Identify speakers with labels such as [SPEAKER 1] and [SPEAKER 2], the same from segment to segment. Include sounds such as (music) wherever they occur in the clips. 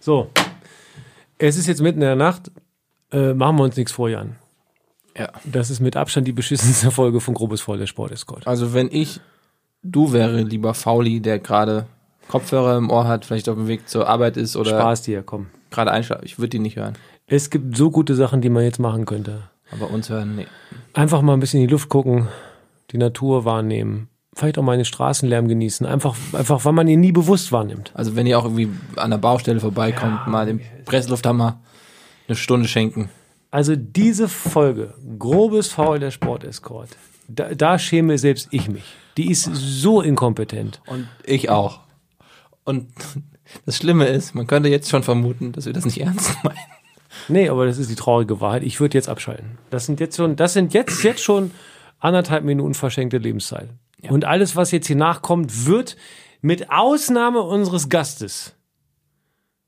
[SPEAKER 1] So, es ist jetzt mitten in der Nacht. Äh, machen wir uns nichts vor, Jan.
[SPEAKER 2] Ja.
[SPEAKER 1] Das ist mit Abstand die beschissenste (laughs) Folge von Grobes Voll, der Sport-Escort.
[SPEAKER 2] Also wenn ich du wäre, lieber Fauli, der gerade Kopfhörer im Ohr hat, vielleicht auf dem Weg zur Arbeit ist oder
[SPEAKER 1] Spaß dir, komm.
[SPEAKER 2] gerade einschlafen, ich würde die nicht hören.
[SPEAKER 1] Es gibt so gute Sachen, die man jetzt machen könnte.
[SPEAKER 2] Aber uns hören, nee.
[SPEAKER 1] Einfach mal ein bisschen in die Luft gucken, die Natur wahrnehmen, vielleicht auch mal den Straßenlärm genießen, einfach, einfach weil man ihn nie bewusst wahrnimmt.
[SPEAKER 2] Also wenn ihr auch irgendwie an der Baustelle vorbeikommt, mal dem Presslufthammer eine Stunde schenken.
[SPEAKER 1] Also diese Folge, grobes Foul der Sportescort, da, da schäme selbst ich mich. Die ist so inkompetent.
[SPEAKER 2] Und ich auch. Und (laughs) das Schlimme ist, man könnte jetzt schon vermuten, dass wir das nicht ernst (laughs) meinen.
[SPEAKER 1] Nee, aber das ist die traurige Wahrheit. Ich würde jetzt abschalten. Das sind jetzt schon, das sind jetzt, jetzt schon anderthalb Minuten verschenkte Lebenszeit. Und alles, was jetzt hier nachkommt, wird mit Ausnahme unseres Gastes.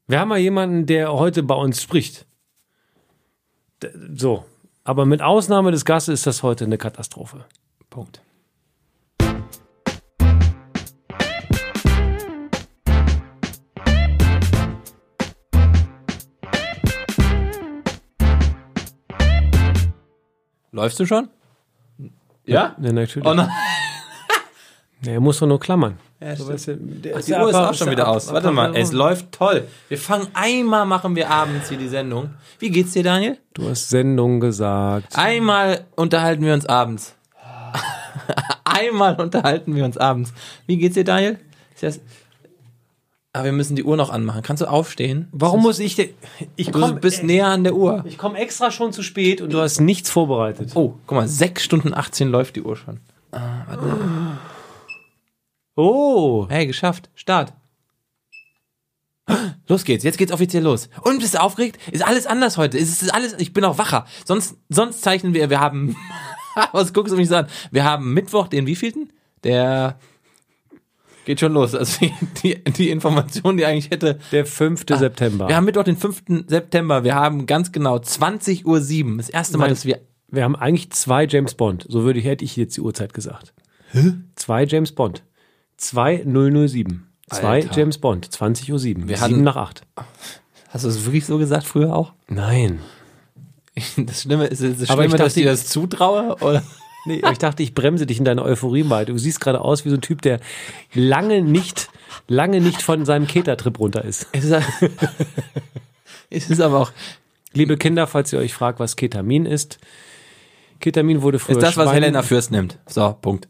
[SPEAKER 1] Wir haben ja jemanden, der heute bei uns spricht. D so. Aber mit Ausnahme des Gastes ist das heute eine Katastrophe.
[SPEAKER 2] Punkt. Läufst du schon? Ja?
[SPEAKER 1] Ja, natürlich.
[SPEAKER 2] (laughs) Oh nein.
[SPEAKER 1] Ja, er muss doch nur klammern.
[SPEAKER 2] stimmt.
[SPEAKER 1] weißt du, der-
[SPEAKER 2] Ach, die
[SPEAKER 1] der
[SPEAKER 2] Uhr ist
[SPEAKER 1] Apparat-
[SPEAKER 2] auch schon wieder
[SPEAKER 1] der
[SPEAKER 2] aus. Warte
[SPEAKER 1] Apparat-
[SPEAKER 2] mal, es läuft toll. Wir fangen einmal, machen wir abends hier die Sendung. Wie geht's dir, Daniel?
[SPEAKER 1] Du hast Sendung gesagt.
[SPEAKER 2] Einmal unterhalten wir uns abends. (laughs) einmal unterhalten wir uns abends. Wie geht's dir, Daniel? Ist das Aber wir müssen die Uhr noch anmachen. Kannst du aufstehen?
[SPEAKER 1] Warum muss ich denn. Ich
[SPEAKER 2] Du
[SPEAKER 1] komm,
[SPEAKER 2] bist
[SPEAKER 1] äh,
[SPEAKER 2] näher an der Uhr.
[SPEAKER 1] ich komme extra schon zu spät und du hast nichts vorbereitet.
[SPEAKER 2] Oh, guck mal, 6 Stunden 18 läuft die Uhr schon.
[SPEAKER 1] Oh.
[SPEAKER 2] Hey, geschafft. Start. Los geht's, jetzt geht's offiziell los. Und bist du aufgeregt? Ist alles anders heute. Es ist alles, ich bin auch wacher. Sonst, sonst zeichnen wir, wir haben, (laughs) was guckst du mich so an? Wir haben Mittwoch, den wievielten? Der geht schon los. Also die, die Information, die eigentlich hätte.
[SPEAKER 1] Der 5. September.
[SPEAKER 2] Ah, Wir haben Mittwoch, den 5. September. Wir haben ganz genau 20.07 Uhr. Das erste Mal,
[SPEAKER 1] Nein.
[SPEAKER 2] dass wir,
[SPEAKER 1] Wir haben eigentlich zwei James Bond. So würde ich, hätte ich jetzt die Uhrzeit gesagt. Hä? Zwei James Bond. 2007. Zwei
[SPEAKER 2] Alter.
[SPEAKER 1] James Bond. 20.07 Uhr.
[SPEAKER 2] hatten-
[SPEAKER 1] 7 nach 8.
[SPEAKER 2] hast du es wirklich so gesagt früher auch?
[SPEAKER 1] Nein.
[SPEAKER 2] Das Schlimme ist, ist das
[SPEAKER 1] Aber ich
[SPEAKER 2] Schlimme, dass
[SPEAKER 1] dachte,
[SPEAKER 2] ich dir das zutraue? Oder?
[SPEAKER 1] Nee, aber ich dachte, ich bremse dich in deiner Euphorie mal. Du siehst gerade aus wie so ein Typ, der lange nicht, lange nicht von seinem Ketertrip runter ist.
[SPEAKER 2] Es ist, (laughs) es ist aber auch.
[SPEAKER 1] Liebe Kinder, falls ihr euch fragt, was Ketamin ist. Ketamin wurde früher
[SPEAKER 2] Ist das, was
[SPEAKER 1] Schwein-
[SPEAKER 2] Helena Fürst nimmt. So, Punkt.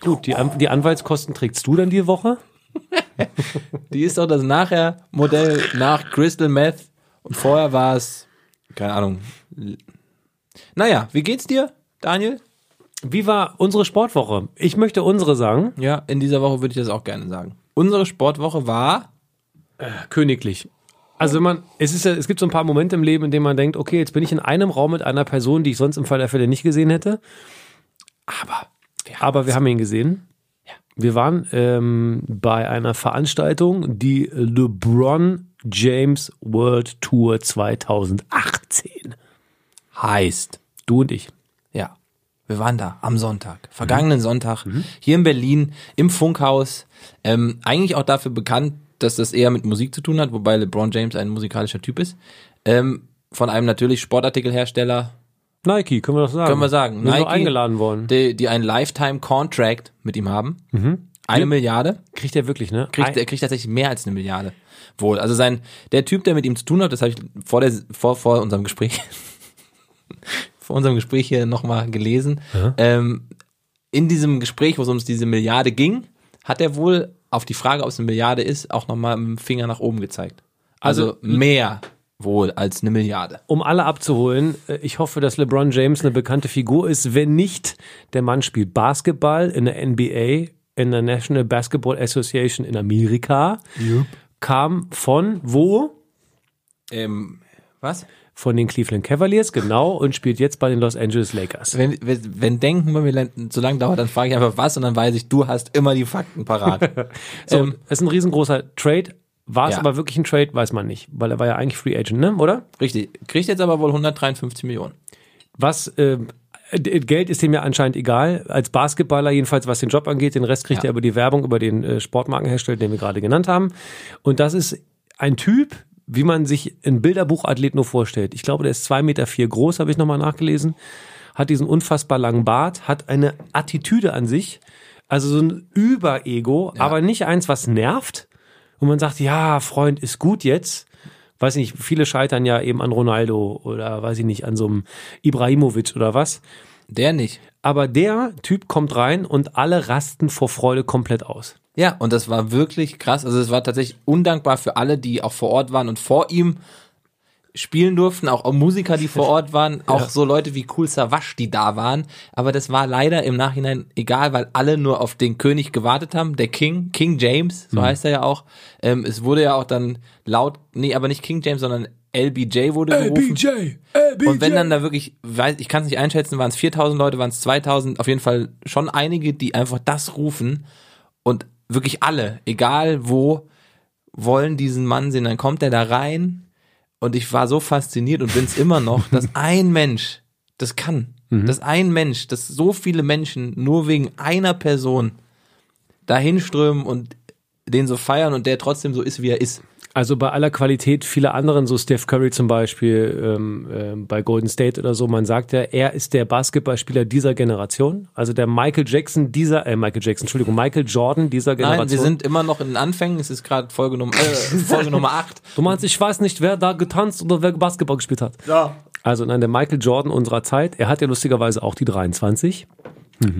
[SPEAKER 1] Gut, die, An die Anwaltskosten trägst du dann die Woche?
[SPEAKER 2] Die ist doch das nachher Modell nach Crystal Meth. Und vorher war es. Keine Ahnung. Naja, wie geht's dir, Daniel?
[SPEAKER 1] Wie war unsere Sportwoche? Ich möchte unsere sagen.
[SPEAKER 2] Ja, in dieser Woche würde ich das auch gerne sagen. Unsere Sportwoche war.
[SPEAKER 1] königlich. Also wenn man, es ist ja, es gibt so ein paar Momente im Leben, in denen man denkt, okay, jetzt bin ich in einem Raum mit einer Person, die ich sonst im Fall der Fälle nicht gesehen hätte.
[SPEAKER 2] Aber. Wir haben-
[SPEAKER 1] Aber wir haben ihn gesehen. Wir waren ähm, bei einer Veranstaltung, die LeBron James World Tour 2018.
[SPEAKER 2] heißt.
[SPEAKER 1] Du und ich.
[SPEAKER 2] Ja. Wir waren da am Sonntag, vergangenen Sonntag, hier in Berlin, im Funkhaus. Ähm, eigentlich auch dafür bekannt, dass das eher mit Musik zu tun hat, wobei LeBron James ein musikalischer Typ ist. Ähm, von einem natürlich Sportartikelhersteller,
[SPEAKER 1] Nike, können wir doch sagen.
[SPEAKER 2] Können wir sagen.
[SPEAKER 1] Wir sind doch
[SPEAKER 2] Nike-
[SPEAKER 1] eingeladen worden.
[SPEAKER 2] die, die einen Lifetime-Contract mit ihm haben. Eine Milliarde.
[SPEAKER 1] Kriegt er wirklich, ne?
[SPEAKER 2] Kriegt,
[SPEAKER 1] Ein-
[SPEAKER 2] er kriegt tatsächlich mehr als eine Milliarde. Wohl. Also sein, der Typ, der mit ihm zu tun hat, das habe ich vor, der, vor, vor unserem Gespräch, (laughs) vor unserem Gespräch hier nochmal gelesen. Ähm, in diesem Gespräch, wo es um diese Milliarde ging, hat er wohl auf die Frage, ob es eine Milliarde ist, auch nochmal mit dem Finger nach oben gezeigt. Also, mehr wohl als eine Milliarde.
[SPEAKER 1] um alle abzuholen, äh, ich hoffe, dass LeBron James eine bekannte Figur ist. Wenn nicht, der Mann spielt Basketball in der NBA, in der National Basketball Association in Amerika. Kam von wo?
[SPEAKER 2] Ähm, was?
[SPEAKER 1] Von den Cleveland Cavaliers, genau, und spielt jetzt bei den Los Angeles Lakers.
[SPEAKER 2] Wenn, wenn, wenn Denken bei mir len- zu lang dauert, dann frage ich einfach was und dann weiß ich, du hast immer die Fakten (laughs) parat.
[SPEAKER 1] So, Ähm, ist ein riesengroßer Trade. War es
[SPEAKER 2] Ja.
[SPEAKER 1] aber wirklich ein Trade, weiß man nicht, weil er war ja eigentlich Free Agent, ne? oder?
[SPEAKER 2] Richtig. Kriegt jetzt aber wohl 153 Millionen.
[SPEAKER 1] Was ähm, D- Geld ist dem ja anscheinend egal, als Basketballer jedenfalls, was den Job angeht. Den Rest kriegt
[SPEAKER 2] Ja.
[SPEAKER 1] er über die Werbung, über den äh, Sportmarkenhersteller, den wir gerade genannt haben. Und das ist ein Typ, wie man sich ein Bilderbuchathlet nur vorstellt. Ich glaube, der ist zwei Meter vier groß, habe ich nochmal nachgelesen. Hat diesen unfassbar langen Bart, hat eine Attitüde an sich. Also so ein Überego, aber nicht eins, was nervt. Und man sagt, ja, Freund, ist gut jetzt. Weiß nicht, viele scheitern ja eben an Ronaldo oder weiß ich nicht, an so einem Ibrahimovic oder was.
[SPEAKER 2] Der nicht.
[SPEAKER 1] Aber der Typ kommt rein und alle rasten vor Freude komplett aus.
[SPEAKER 2] Ja, und das war wirklich krass. Also es war tatsächlich undankbar für alle, die auch vor Ort waren und vor ihm spielen durften, auch Musiker, die vor Ort (laughs) waren, auch so Leute wie Kool Savas, die da waren. Aber das war leider im Nachhinein egal, weil alle nur auf den König gewartet haben, der King, King James, so heißt er ja auch. Ähm, es wurde ja auch dann laut, nee, aber nicht King James, sondern LBJ wurde gerufen. Und wenn dann da wirklich, weiß, ich kann es nicht einschätzen, waren es 4000 Leute, waren es 2000, auf jeden Fall schon einige, die einfach das rufen und wirklich alle, egal wo, wollen diesen Mann sehen. Dann kommt er da rein und ich war so fasziniert und bin es immer noch, dass ein Mensch das kann. Dass ein Mensch, dass so viele Menschen nur wegen einer Person dahin strömen und den so feiern und der trotzdem so ist, wie er ist.
[SPEAKER 1] Also bei aller Qualität vieler anderen, so Steph Curry zum Beispiel ähm, ähm, bei Golden State oder so, man sagt ja, er ist der Basketballspieler dieser Generation. Also der Michael Jackson dieser, äh, Michael Jackson, Entschuldigung, Michael Jordan dieser Generation.
[SPEAKER 2] Nein, wir sind immer noch in den Anfängen. Es ist gerade Folge Nummer, äh, Folge Nummer 8.
[SPEAKER 1] Du meinst, ich weiß nicht, wer da getanzt oder wer Basketball gespielt hat. Ja. Also nein, der Michael Jordan unserer Zeit, er hat ja lustigerweise auch die 23.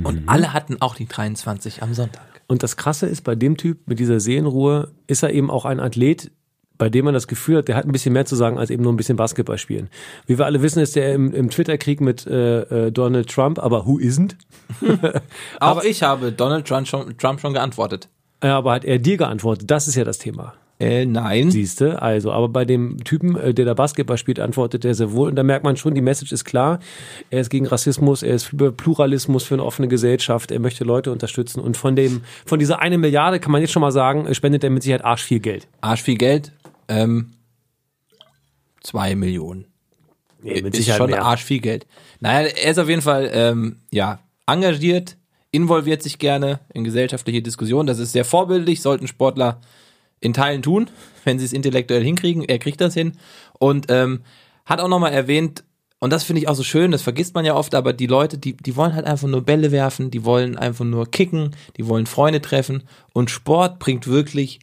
[SPEAKER 2] Und alle hatten auch die 23 am Sonntag.
[SPEAKER 1] Und das Krasse ist, bei dem Typ mit dieser Seelenruhe ist er eben auch ein Athlet, bei dem man das Gefühl hat, der hat ein bisschen mehr zu sagen, als eben nur ein bisschen Basketball spielen. Wie wir alle wissen, ist der im, im Twitter-Krieg mit äh, äh, Donald Trump, aber who isn't?
[SPEAKER 2] Auch ich habe Donald Trump schon, Trump schon geantwortet.
[SPEAKER 1] Ja, aber hat er dir geantwortet? Das ist ja das Thema.
[SPEAKER 2] Äh, nein.
[SPEAKER 1] Siehste, also, aber bei dem Typen, äh, der da Basketball spielt, antwortet er sehr wohl. Und da merkt man schon, die Message ist klar. Er ist gegen Rassismus, er ist für Pluralismus, für eine offene Gesellschaft, er möchte Leute unterstützen. Und von dem, von dieser eine Milliarde kann man jetzt schon mal sagen, äh, spendet er mit Sicherheit arsch viel Geld.
[SPEAKER 2] Arsch viel Geld. Ähm, zwei Millionen.
[SPEAKER 1] Nee, Also mit
[SPEAKER 2] ist schon arsch viel Geld. Naja, er ist auf jeden Fall, ähm, ja, engagiert, involviert sich gerne in gesellschaftliche Diskussionen. Das ist sehr vorbildlich, sollten Sportler in Teilen tun, wenn sie es intellektuell hinkriegen. Er kriegt das hin. Und ähm, hat auch nochmal erwähnt, und das finde ich auch so schön, das vergisst man ja oft, aber die Leute, die, die wollen halt einfach nur Bälle werfen, die wollen einfach nur kicken, die wollen Freunde treffen. Und Sport bringt wirklich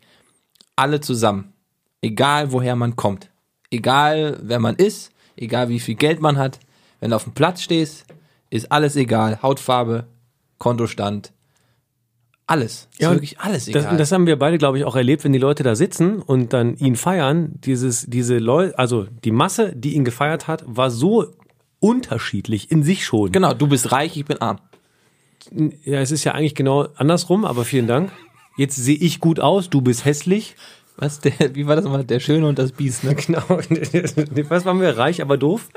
[SPEAKER 2] alle zusammen. Egal woher man kommt. Egal wer man ist, egal wie viel Geld man hat. Wenn du auf dem Platz stehst, ist alles egal. Hautfarbe, Kontostand, alles. Ist
[SPEAKER 1] Ja, und
[SPEAKER 2] wirklich alles egal.
[SPEAKER 1] Das, das haben wir beide, glaube ich, auch erlebt, wenn die Leute da sitzen und dann ihn feiern. Dieses, diese Leute, also die Masse, die ihn gefeiert hat, war so unterschiedlich in sich schon.
[SPEAKER 2] Genau, du bist reich, ich bin arm.
[SPEAKER 1] Ja, es ist ja eigentlich genau andersrum, aber vielen Dank. Jetzt sehe ich gut aus, du bist
[SPEAKER 2] (laughs)
[SPEAKER 1] hässlich.
[SPEAKER 2] Was, der, (laughs) wie war das nochmal? Der Schöne und das Biest, ne?
[SPEAKER 1] Genau. Was waren wir? Reich, aber doof.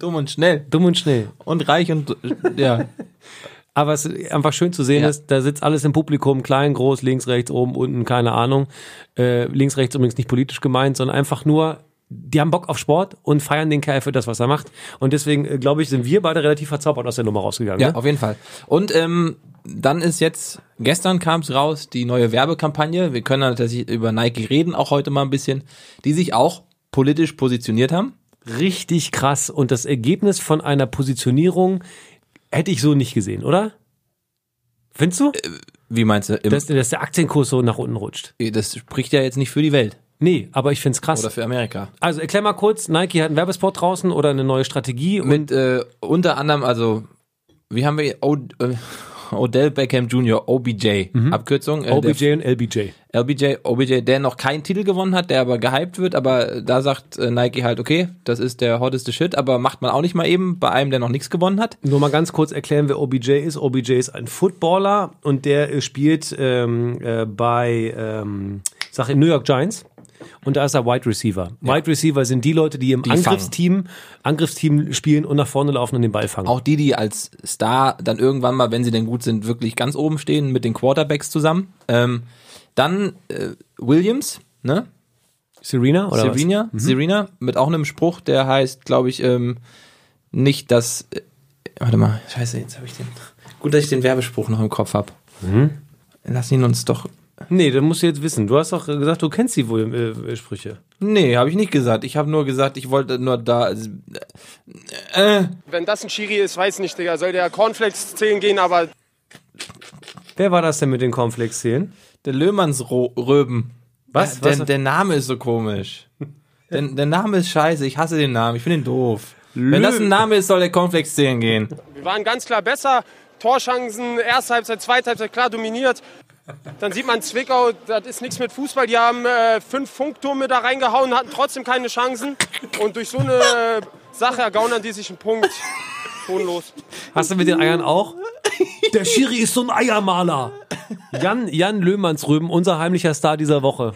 [SPEAKER 2] Dumm und schnell.
[SPEAKER 1] Dumm und schnell.
[SPEAKER 2] Und reich und, ja.
[SPEAKER 1] Aber es ist einfach schön zu sehen
[SPEAKER 2] Ja.
[SPEAKER 1] ist, da sitzt alles im Publikum, klein, groß, links, rechts, oben, unten, keine Ahnung. Äh, links, rechts übrigens nicht politisch gemeint, sondern einfach nur, die haben Bock auf Sport und feiern den Kerl für das, was er macht. Und deswegen, äh, glaube ich, sind wir beide relativ verzaubert aus der Nummer rausgegangen.
[SPEAKER 2] Ja,
[SPEAKER 1] ne?
[SPEAKER 2] auf jeden Fall. Und ähm, dann ist jetzt, gestern kam es raus, die neue Werbekampagne. Wir können natürlich über Nike reden, auch heute mal ein bisschen, die sich auch politisch positioniert haben.
[SPEAKER 1] Richtig krass. Und das Ergebnis von einer Positionierung hätte ich so nicht gesehen, oder? Findest du?
[SPEAKER 2] Wie meinst du? Im,
[SPEAKER 1] dass,
[SPEAKER 2] das,
[SPEAKER 1] dass der Aktienkurs so nach unten rutscht.
[SPEAKER 2] spricht ja jetzt nicht für die Welt
[SPEAKER 1] Nee, aber ich find's krass.
[SPEAKER 2] oder für Amerika.
[SPEAKER 1] Also erklär mal kurz, Nike hat einen Werbespot draußen oder eine neue Strategie. Und
[SPEAKER 2] Mit äh, unter anderem, also, wie haben wir Od äh, Odell Beckham Jr., OBJ, Abkürzung. äh, der
[SPEAKER 1] OBJ und LBJ.
[SPEAKER 2] LBJ, OBJ, der noch keinen Titel gewonnen hat, der aber gehypt wird, aber da sagt äh, Nike halt, okay, das ist der hotteste Shit, aber macht man auch nicht mal eben bei einem, der noch nichts gewonnen hat.
[SPEAKER 1] Nur mal ganz kurz erklären, wer OBJ ist. OBJ ist ein Footballer und der äh, spielt ähm, äh, bei ähm, sag, in New York Giants. Und da ist er Wide Receiver. Wide Receiver sind die Leute, die im
[SPEAKER 2] fangen.
[SPEAKER 1] Angriffsteam, Angriffsteam spielen und nach vorne laufen und den Ball fangen.
[SPEAKER 2] Auch die, die als Star dann irgendwann mal, wenn sie denn gut sind, wirklich ganz oben stehen mit den Quarterbacks zusammen. Ähm, dann äh, Williams, ne?
[SPEAKER 1] Serena oder was? Mhm.
[SPEAKER 2] Serena, Serena mit auch einem Spruch, der heißt, glaube ich, ähm, nicht das Warte mal, scheiße, jetzt habe ich den. Gut, dass ich den Werbespruch noch im Kopf habe.
[SPEAKER 1] Mhm.
[SPEAKER 2] Lassen ihn uns doch.
[SPEAKER 1] Nee, das musst du jetzt wissen. Du hast doch gesagt, du kennst die wohl äh, Sprüche.
[SPEAKER 2] Nee, habe ich nicht gesagt. Ich habe nur gesagt, ich wollte nur da. also,
[SPEAKER 3] Wenn das ein Schiri ist, weiß nicht, Digga. Soll der Cornflakes 10 gehen, aber
[SPEAKER 1] Wer war das denn mit den Cornflakes-Szenen?
[SPEAKER 2] Der Löhmannsröben.
[SPEAKER 1] Was?
[SPEAKER 2] Der,
[SPEAKER 1] Was?
[SPEAKER 2] der Name ist so (laughs) komisch. der, der Name ist scheiße. Ich hasse den Namen. Ich finde ihn doof. Wenn das ein Name ist, soll der Cornflakes 10 gehen.
[SPEAKER 3] wir waren ganz klar besser. Torchancen, erste Halbzeit, zweite Halbzeit, klar dominiert. Dann sieht man Zwickau, das ist nichts mit Fußball. Die haben äh, fünf Funktürme da reingehauen, hatten trotzdem keine Chancen. Und durch so eine Sache ergaunern die sich einen Punkt. Tonlos.
[SPEAKER 1] Hast du mit den Eiern auch? (laughs) Der Schiri ist so ein Eiermaler. Jan, Jan Löhmannsröben, unser heimlicher Star dieser Woche.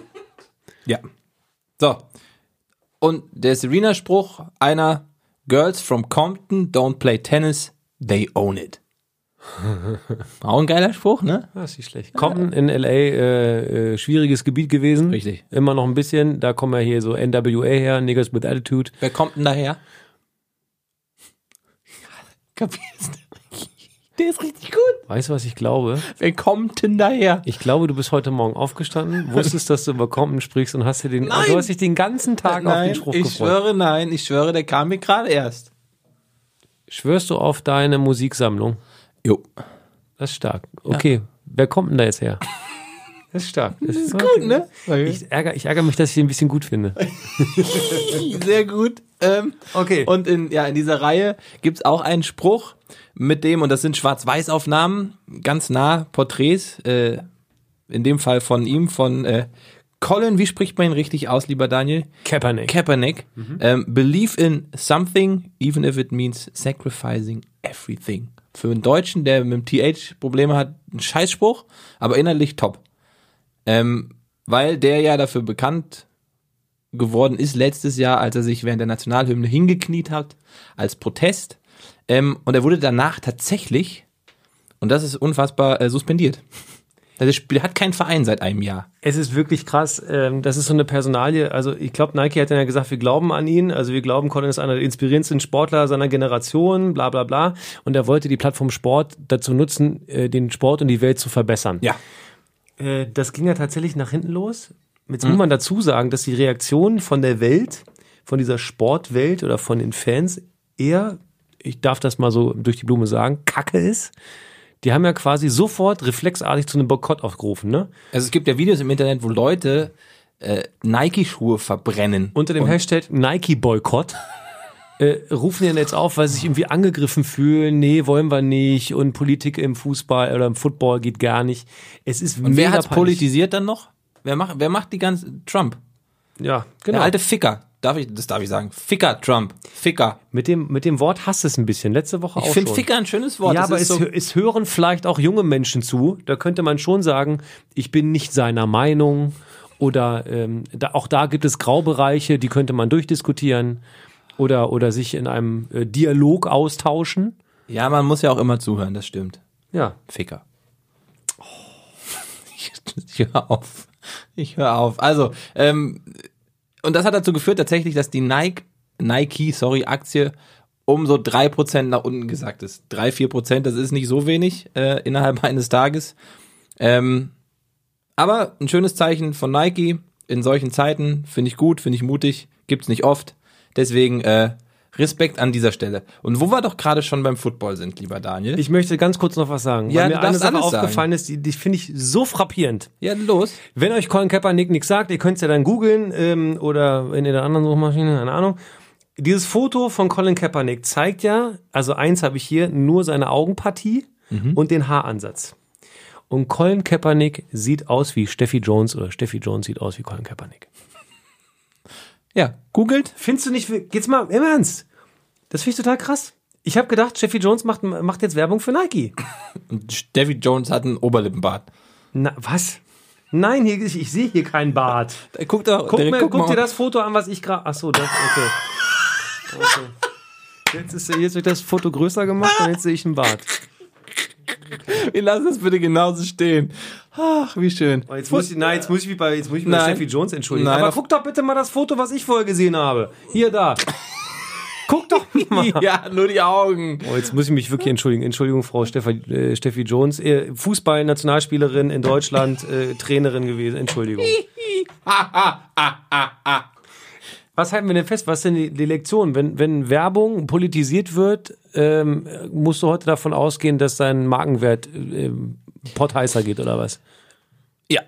[SPEAKER 2] Ja. So. Und der Serena-Spruch einer Girls from Compton don't play tennis, they own it. (laughs) Auch ein geiler Spruch, ne?
[SPEAKER 1] Das Ah, ist nicht schlecht. Compton in L.A., äh, äh, schwieriges Gebiet gewesen.
[SPEAKER 2] Richtig.
[SPEAKER 1] Immer noch ein bisschen. Da kommen ja hier so NWA her, Niggas with Attitude.
[SPEAKER 2] Wer kommt denn daher? Kapierst du? Der ist richtig gut.
[SPEAKER 1] Weißt du, was ich glaube?
[SPEAKER 2] Wer kommt denn daher?
[SPEAKER 1] Ich glaube, du bist heute Morgen aufgestanden, wusstest, dass du über Compton sprichst und hast dir den,
[SPEAKER 2] Nein.
[SPEAKER 1] du hast dich den ganzen Tag auf den
[SPEAKER 2] Äh, Nein,
[SPEAKER 1] Spruch
[SPEAKER 2] ich
[SPEAKER 1] gefreut.
[SPEAKER 2] schwöre, nein, ich schwöre, der kam mir gerade erst.
[SPEAKER 1] Schwörst du auf deine Musiksammlung?
[SPEAKER 2] Jo.
[SPEAKER 1] Das ist stark. Okay, wer kommt denn da jetzt her? (laughs) Das ist stark. Das, ist
[SPEAKER 2] Gut, ne?
[SPEAKER 1] Ich ärgere, ich ärgere mich, dass ich den ein bisschen gut finde.
[SPEAKER 2] Sehr gut. Ähm,
[SPEAKER 1] Okay.
[SPEAKER 2] Und in, ja, in dieser Reihe gibt's auch einen Spruch mit dem, und das sind Schwarz-Weiß-Aufnahmen, ganz nah Porträts, äh, in dem Fall von ihm, von äh, Colin, wie spricht man ihn richtig aus, lieber Daniel?
[SPEAKER 1] (laughs) Kaepernick.
[SPEAKER 2] Kaepernick. Ähm, believe in something, even if it means sacrificing everything. Für einen Deutschen, der mit dem TH Probleme hat, ein Scheißspruch, aber innerlich top. Ähm, weil der ja dafür bekannt geworden ist letztes Jahr, als er sich während der Nationalhymne hingekniet hat, als Protest. Ähm, und er wurde danach tatsächlich, und das ist unfassbar, äh, suspendiert. (laughs) Das Spiel hat keinen Verein seit einem Jahr.
[SPEAKER 1] Es ist wirklich krass. Ähm, das ist so eine Personalie. Also ich glaube, Nike hat dann ja gesagt, wir glauben an ihn. Also wir glauben, Colin ist einer der inspirierendsten Sportler seiner Generation, bla bla bla. Und er wollte die Plattform Sport dazu nutzen, äh, den Sport und die Welt zu verbessern.
[SPEAKER 2] Ja.
[SPEAKER 1] Äh, das ging ja tatsächlich nach hinten los. Jetzt muss man dazu sagen, dass die Reaktion von der Welt, von dieser Sportwelt oder von den Fans eher, ich darf das mal so durch die Blume sagen, Kacke ist. Die haben ja quasi sofort reflexartig zu einem Boykott aufgerufen, ne?
[SPEAKER 2] Also es gibt ja Videos im Internet, wo Leute äh, Nike-Schuhe verbrennen.
[SPEAKER 1] Unter dem Hashtag Nike-Boykott äh, rufen die dann jetzt auf, weil sie sich irgendwie angegriffen fühlen. Nee, wollen wir nicht. Und Politik im Fußball oder im Football geht gar nicht. Es ist
[SPEAKER 2] Und wer
[SPEAKER 1] mega
[SPEAKER 2] hat's
[SPEAKER 1] peinlich.
[SPEAKER 2] politisiert dann noch? Wer macht, wer macht die ganze Trump?
[SPEAKER 1] Ja,
[SPEAKER 2] Der
[SPEAKER 1] genau.
[SPEAKER 2] alte Ficker. Darf ich, das darf ich sagen. Ficker Trump. Ficker.
[SPEAKER 1] Mit dem, mit dem Wort hasst es ein bisschen. Letzte Woche
[SPEAKER 2] Ich
[SPEAKER 1] auch
[SPEAKER 2] finde
[SPEAKER 1] schon.
[SPEAKER 2] Ficker ein schönes Wort.
[SPEAKER 1] Ja,
[SPEAKER 2] Das
[SPEAKER 1] aber
[SPEAKER 2] ist
[SPEAKER 1] es, hö- es hören vielleicht auch junge Menschen zu. Da könnte man schon sagen, ich bin nicht seiner Meinung. Oder ähm, da, auch da gibt es Graubereiche, die könnte man durchdiskutieren. Oder, oder sich in einem äh, Dialog austauschen.
[SPEAKER 2] ja, man muss ja auch immer zuhören, das stimmt.
[SPEAKER 1] Ja.
[SPEAKER 2] Ficker. Ich, (laughs) ich höre auf. Ich höre auf. Also, ähm, und das hat dazu geführt tatsächlich, dass die Nike, Nike, sorry, Aktie um so 3% nach unten gesackt ist. 3, 4%, das ist nicht so wenig äh, innerhalb (laughs) eines Tages. Ähm, aber ein schönes Zeichen von Nike in solchen Zeiten, finde ich gut, finde ich mutig, gibt's nicht oft. Deswegen äh, Respekt an dieser Stelle. Und wo wir doch gerade schon beim Football sind, lieber Daniel.
[SPEAKER 1] Ich möchte ganz kurz noch was sagen.
[SPEAKER 2] Ja,
[SPEAKER 1] weil
[SPEAKER 2] du
[SPEAKER 1] mir eine
[SPEAKER 2] darfst
[SPEAKER 1] Sache
[SPEAKER 2] alles sagen.
[SPEAKER 1] aufgefallen ist, die, die finde ich so frappierend.
[SPEAKER 2] ja, los.
[SPEAKER 1] Wenn euch Colin Kaepernick nichts sagt, ihr könnt es ja dann googeln ähm, oder in der anderen Suchmaschine, keine Ahnung. Dieses Foto von Colin Kaepernick zeigt ja, also eins habe ich hier, nur seine Augenpartie
[SPEAKER 2] Mhm.
[SPEAKER 1] und den Haaransatz. Und Colin Kaepernick sieht aus wie Steffi Jones oder Steffi Jones sieht aus wie Colin Kaepernick.
[SPEAKER 2] Ja, googelt.
[SPEAKER 1] Findest du nicht, geht's mal im Ernst? Das finde ich total krass. Ich habe gedacht, Steffi Jones macht, macht jetzt Werbung für Nike.
[SPEAKER 2] Steffi Jones hat einen Oberlippenbart.
[SPEAKER 1] Na, was? Nein, hier, ich, ich sehe hier keinen Bart.
[SPEAKER 2] Guck, da,
[SPEAKER 1] Äh, Guck, mir,
[SPEAKER 2] guck,
[SPEAKER 1] guck
[SPEAKER 2] mal.
[SPEAKER 1] dir das Foto an, was ich gerade. Achso, das, okay. okay. Jetzt, ist, jetzt wird das Foto größer gemacht und jetzt sehe ich einen Bart.
[SPEAKER 2] Wir lassen das bitte genauso stehen. Ach, wie schön.
[SPEAKER 1] Jetzt muss ich, nein, jetzt muss ich mich bei, jetzt muss ich mich bei
[SPEAKER 2] Nein.
[SPEAKER 1] Steffi Jones entschuldigen.
[SPEAKER 2] Nein,
[SPEAKER 1] Aber
[SPEAKER 2] auf-
[SPEAKER 1] guck doch bitte mal das Foto, was ich vorher gesehen habe. Hier, da. Guck doch (laughs) mal.
[SPEAKER 2] Ja, nur die Augen.
[SPEAKER 1] Oh, jetzt muss ich mich wirklich entschuldigen. Entschuldigung, Frau Steffi, äh, Steffi Jones. Äh, Fußball-Nationalspielerin in Deutschland, äh, Trainerin gewesen. Entschuldigung. (laughs) Was halten wir denn fest? Was sind die, die Lektionen? Wenn, wenn Werbung politisiert wird, ähm, musst du heute davon ausgehen, dass dein Markenwert ähm, pottheißer geht oder was?
[SPEAKER 2] Ja.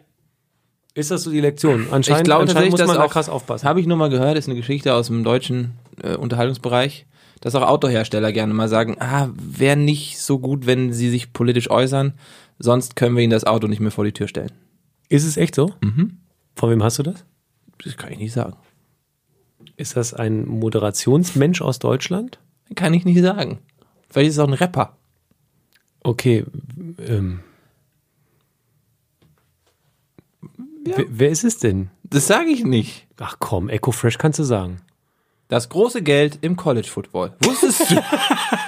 [SPEAKER 1] Ist das so die Lektion? Anscheinend,
[SPEAKER 2] Ich glaube
[SPEAKER 1] anscheinend
[SPEAKER 2] tatsächlich,
[SPEAKER 1] muss
[SPEAKER 2] dass
[SPEAKER 1] man da
[SPEAKER 2] auch,
[SPEAKER 1] krass aufpassen.
[SPEAKER 2] Habe ich nur mal gehört, ist eine Geschichte aus dem deutschen äh, Unterhaltungsbereich, dass auch Autohersteller gerne mal sagen, ah, wäre nicht so gut, wenn sie sich politisch äußern, sonst können wir ihnen das Auto nicht mehr vor die Tür stellen.
[SPEAKER 1] Ist es echt so? Von wem hast du das?
[SPEAKER 2] Das kann ich nicht sagen.
[SPEAKER 1] Ist das ein Moderationsmensch aus Deutschland?
[SPEAKER 2] Kann ich nicht sagen. Vielleicht ist es auch ein Rapper.
[SPEAKER 1] Okay. Ähm. Wer, wer ist es denn?
[SPEAKER 2] Das sage ich nicht.
[SPEAKER 1] Ach komm, Echo Fresh kannst du sagen.
[SPEAKER 2] Das große Geld im College Football. Wusstest du?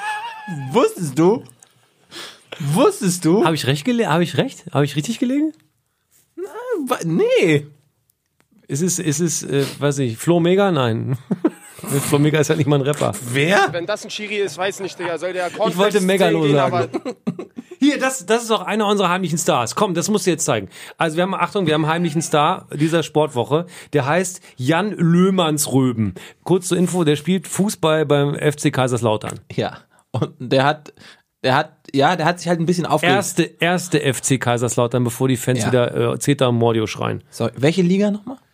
[SPEAKER 2] (laughs) Wusstest du? Wusstest du?
[SPEAKER 1] Habe ich recht gelegen? Habe ich recht? Habe ich richtig gelegen?
[SPEAKER 2] Wa- nee.
[SPEAKER 1] Ist es, ist es, äh, weiß ich, Flo Mega? Nein. (laughs) Flo Mega ist ja nicht mal ein Rapper.
[SPEAKER 2] Wer?
[SPEAKER 3] Wenn das ein Schiri ist, weiß nicht, Digga. Soll der Kornflex
[SPEAKER 1] wollte Megalo
[SPEAKER 3] gehen,
[SPEAKER 1] sagen.
[SPEAKER 3] aber
[SPEAKER 1] Hier, das, das ist auch einer unserer heimlichen Stars. Komm, das musst du jetzt zeigen. Also wir haben, Achtung, wir haben einen heimlichen Star dieser Sportwoche. Der heißt Jan Löhmannsröben. Kurz zur Info, der spielt Fußball beim FC Kaiserslautern.
[SPEAKER 2] Ja. Und der hat, der hat, ja, der hat sich halt ein bisschen aufgeregt.
[SPEAKER 1] Erste, erste FC Kaiserslautern, bevor die Fans
[SPEAKER 2] Ja.
[SPEAKER 1] wieder äh, Zeta Mordio schreien.
[SPEAKER 2] Sorry, welche Liga nochmal? (laughs)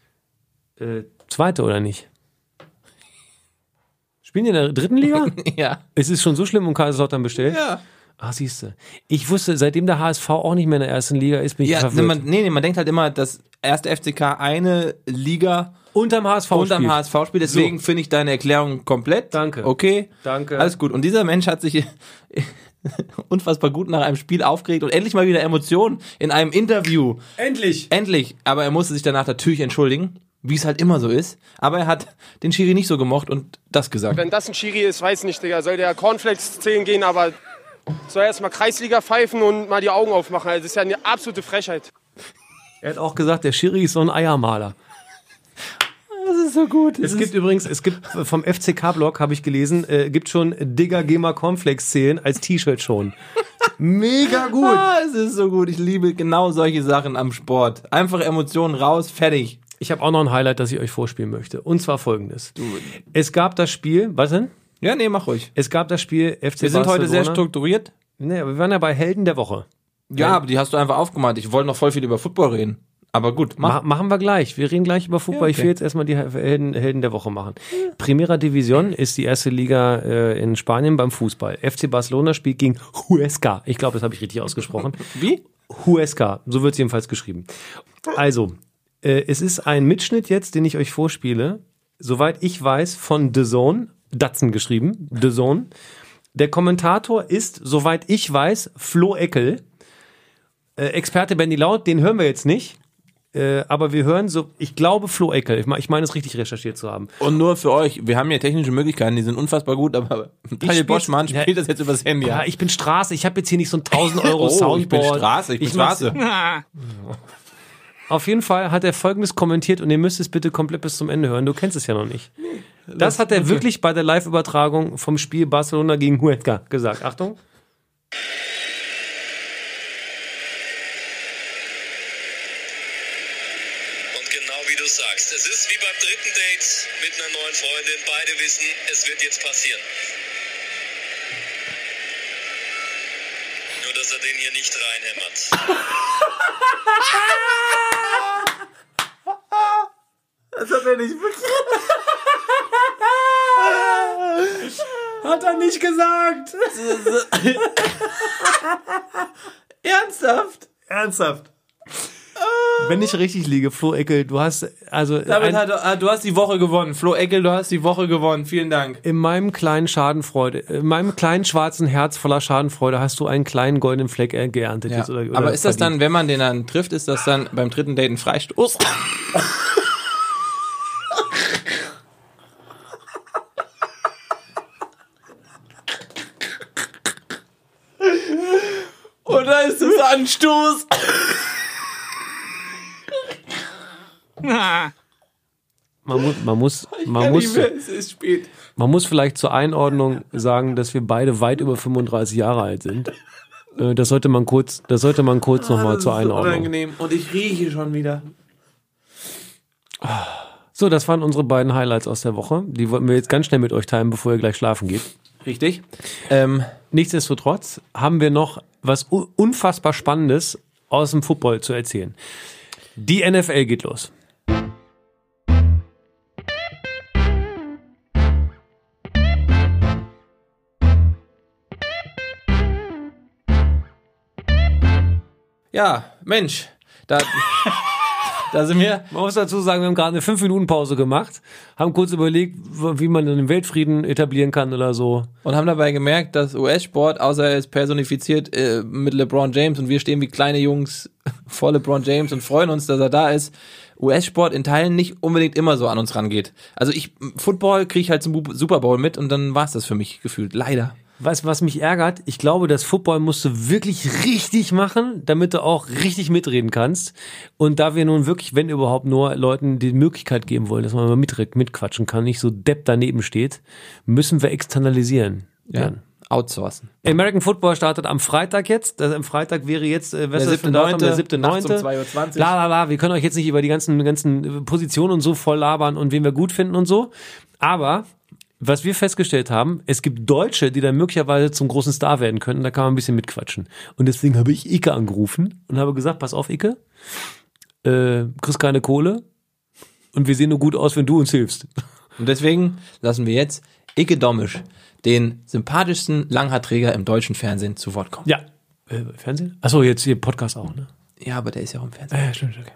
[SPEAKER 1] Äh, zweite oder nicht? Spielen die in der dritten (laughs) Liga?
[SPEAKER 2] Ja.
[SPEAKER 1] Ist es schon so schlimm um Kaiserslautern bestellt?
[SPEAKER 2] Ja.
[SPEAKER 1] Ach, siehste. Ich wusste, seitdem der HSV auch nicht mehr in der ersten Liga ist, bin ich
[SPEAKER 2] Ja,
[SPEAKER 1] verwirrt.
[SPEAKER 2] man, nee, nee, man denkt halt immer, dass erste FCK eine Liga
[SPEAKER 1] unterm HSV
[SPEAKER 2] unterm
[SPEAKER 1] spielt.
[SPEAKER 2] HSV spielt. Deswegen finde ich deine Erklärung komplett.
[SPEAKER 1] Danke.
[SPEAKER 2] Okay.
[SPEAKER 1] Danke.
[SPEAKER 2] Alles gut. Und dieser Mensch hat sich (laughs) unfassbar gut nach einem Spiel aufgeregt und endlich mal wieder Emotionen in einem Interview.
[SPEAKER 1] Endlich!
[SPEAKER 2] Endlich. Aber er musste sich danach natürlich entschuldigen, wie es halt immer so ist. Aber er hat den Schiri nicht so gemocht und das gesagt.
[SPEAKER 3] wenn das ein Schiri ist, weiß nicht, Digga. Soll der Cornflex zählen gehen, aber soll erst mal Kreisliga pfeifen und mal die Augen aufmachen. Also, Das ist ja eine absolute Frechheit.
[SPEAKER 1] Er hat auch gesagt, der Schiri ist so ein Eiermaler.
[SPEAKER 2] Das ist so gut.
[SPEAKER 1] Es gibt übrigens, es gibt vom FCK-Blog, habe ich gelesen, äh, gibt schon Digger Gamer Cornflakes zählen als T-Shirt schon.
[SPEAKER 2] (laughs)
[SPEAKER 1] Mega gut!
[SPEAKER 2] Ah, es ist so gut. Ich liebe genau solche Sachen am Sport. Einfach Emotionen raus, fertig.
[SPEAKER 1] Ich habe auch noch ein Highlight, das ich euch vorspielen möchte. Und zwar folgendes. Es gab das Spiel, was denn?
[SPEAKER 2] Ja, nee, mach ruhig.
[SPEAKER 1] Es gab das Spiel FC
[SPEAKER 2] Wir sind heute sehr
[SPEAKER 1] strukturiert.
[SPEAKER 2] strukturiert.
[SPEAKER 1] Nee, aber wir waren ja bei Helden der Woche.
[SPEAKER 2] Ja, aber die hast du einfach aufgemalt. Ich wollte noch voll viel über Football reden. Aber gut, mach.
[SPEAKER 1] Ma machen wir gleich. Wir reden gleich über Fußball.
[SPEAKER 2] Ja,
[SPEAKER 1] Ich
[SPEAKER 2] okay.
[SPEAKER 1] will jetzt erstmal die Helden, Helden der Woche machen. Primera División ist die erste Liga äh, in Spanien beim Fußball. FC Barcelona spielt gegen Huesca. Ich glaube, das habe ich richtig
[SPEAKER 2] (laughs)
[SPEAKER 1] ausgesprochen.
[SPEAKER 2] Wie?
[SPEAKER 1] Huesca, so wird es jedenfalls geschrieben. Also, äh, es ist ein Mitschnitt jetzt, den ich euch vorspiele. Soweit ich weiß, von The Zone, Datsen geschrieben, The Zone. Der Kommentator ist, soweit ich weiß, Flo Eckel. Äh, Experte Benny Laut, den hören wir jetzt nicht. Äh, aber wir hören so, ich glaube Flo Eckel. Ich, mein, ich meine es richtig recherchiert zu haben.
[SPEAKER 2] Und nur für euch, wir haben hier technische Möglichkeiten, die sind unfassbar gut, aber Daniel
[SPEAKER 1] spiel's-
[SPEAKER 2] Boschmann
[SPEAKER 1] Ja.
[SPEAKER 2] spielt das jetzt übers Handy.
[SPEAKER 1] Ja, ich bin Straße, ich habe jetzt hier nicht so ein 1000 Euro
[SPEAKER 2] (laughs) oh,
[SPEAKER 1] Soundboard.
[SPEAKER 2] ich bin Straße, ich bin
[SPEAKER 1] mach's-
[SPEAKER 2] Straße.
[SPEAKER 1] Auf jeden Fall hat er folgendes kommentiert und ihr müsst es bitte komplett bis zum Ende hören. Du kennst es ja noch nicht. Das hat er wirklich bei der Live-Übertragung vom Spiel Barcelona gegen Huesca gesagt. Achtung.
[SPEAKER 4] Und genau wie du sagst, es ist wie beim dritten Date mit einer neuen Freundin. Beide wissen, es wird jetzt passieren. Nur, dass er den hier nicht reinhämmert.
[SPEAKER 1] Hat er nicht gesagt.
[SPEAKER 2] Ernsthaft?
[SPEAKER 1] Ernsthaft. Wenn ich richtig liege, Flo Eckel, du hast also
[SPEAKER 2] Damit
[SPEAKER 1] ein-
[SPEAKER 2] hat, ah, du hast die Woche gewonnen. Flo Eckel, du hast die Woche gewonnen. Vielen Dank.
[SPEAKER 1] in meinem kleinen Schadenfreude, in meinem kleinen schwarzen Herz voller Schadenfreude hast du einen kleinen goldenen Fleck äh, geerntet. jetzt oder- oder
[SPEAKER 2] aber ist das
[SPEAKER 1] verdient.
[SPEAKER 2] dann, wenn man den dann trifft, ist das dann beim dritten Date ein Freistoß? Oder ist es Anstoß?
[SPEAKER 1] man muss, man muss, man muss,
[SPEAKER 2] es ist spät.
[SPEAKER 1] man muss vielleicht zur Einordnung sagen, dass wir beide weit über 35 Jahre alt sind. Äh, Das sollte man kurz, das sollte man kurz
[SPEAKER 2] Ah,
[SPEAKER 1] nochmal zur Einordnung.
[SPEAKER 2] Und ich rieche schon wieder.
[SPEAKER 1] So, das waren unsere beiden Highlights aus der Woche. Die wollten wir jetzt ganz schnell mit euch teilen, bevor ihr gleich schlafen geht.
[SPEAKER 2] Richtig. Ähm,
[SPEAKER 1] Nichtsdestotrotz haben wir noch was u- unfassbar Spannendes aus dem Football zu erzählen. Die NFL geht los.
[SPEAKER 2] ja, Mensch, da, da sind wir.
[SPEAKER 1] Man muss dazu sagen, wir haben gerade eine 5-Minuten-Pause gemacht, haben kurz überlegt, w- wie man den Weltfrieden etablieren kann oder so.
[SPEAKER 2] Und haben dabei gemerkt, dass US-Sport, außer er ist personifiziert äh, mit LeBron James und wir stehen wie kleine Jungs (laughs) vor LeBron James und freuen uns, dass er da ist, US-Sport in Teilen nicht unbedingt immer so an uns rangeht. Also ich, Football kriege ich halt zum Bu- Super Bowl mit und dann war's das für mich gefühlt. Leider.
[SPEAKER 1] Weißt du, was mich ärgert? Ich glaube, das Football musst du wirklich richtig machen, damit du auch richtig mitreden kannst. Und da wir nun wirklich, wenn überhaupt, nur Leuten die Möglichkeit geben wollen, dass man mal mitreden, mitquatschen kann, nicht so depp daneben steht, müssen wir externalisieren. Jan.
[SPEAKER 2] Outsourcen.
[SPEAKER 1] American Football startet am Freitag jetzt. Das, am Freitag wäre jetzt äh, was ist
[SPEAKER 2] Der
[SPEAKER 1] das für ein Datum?
[SPEAKER 2] siebte,
[SPEAKER 1] der siebte,
[SPEAKER 2] nachts um
[SPEAKER 1] neunte.
[SPEAKER 2] 2:20.
[SPEAKER 1] Bla bla bla. Wir können euch jetzt nicht über die ganzen, ganzen äh, Positionen und so voll labern und wen wir gut finden und so. Aber was wir festgestellt haben, es gibt Deutsche, die dann möglicherweise zum großen Star werden könnten. Da kann man ein bisschen mitquatschen. Und deswegen habe ich Ike angerufen und habe gesagt, pass auf, Ike, äh, kriegst keine Kohle und wir sehen nur gut aus, wenn du uns hilfst.
[SPEAKER 2] Und deswegen lassen wir jetzt Icke Domisch, den sympathischsten Langhaarträger im deutschen Fernsehen, zu Wort kommen.
[SPEAKER 1] Ja. Äh, Fernsehen? Achso, jetzt hier Podcast auch, ne?
[SPEAKER 2] Ja, aber der ist ja auch im Fernsehen.
[SPEAKER 1] Ja, stimmt, okay.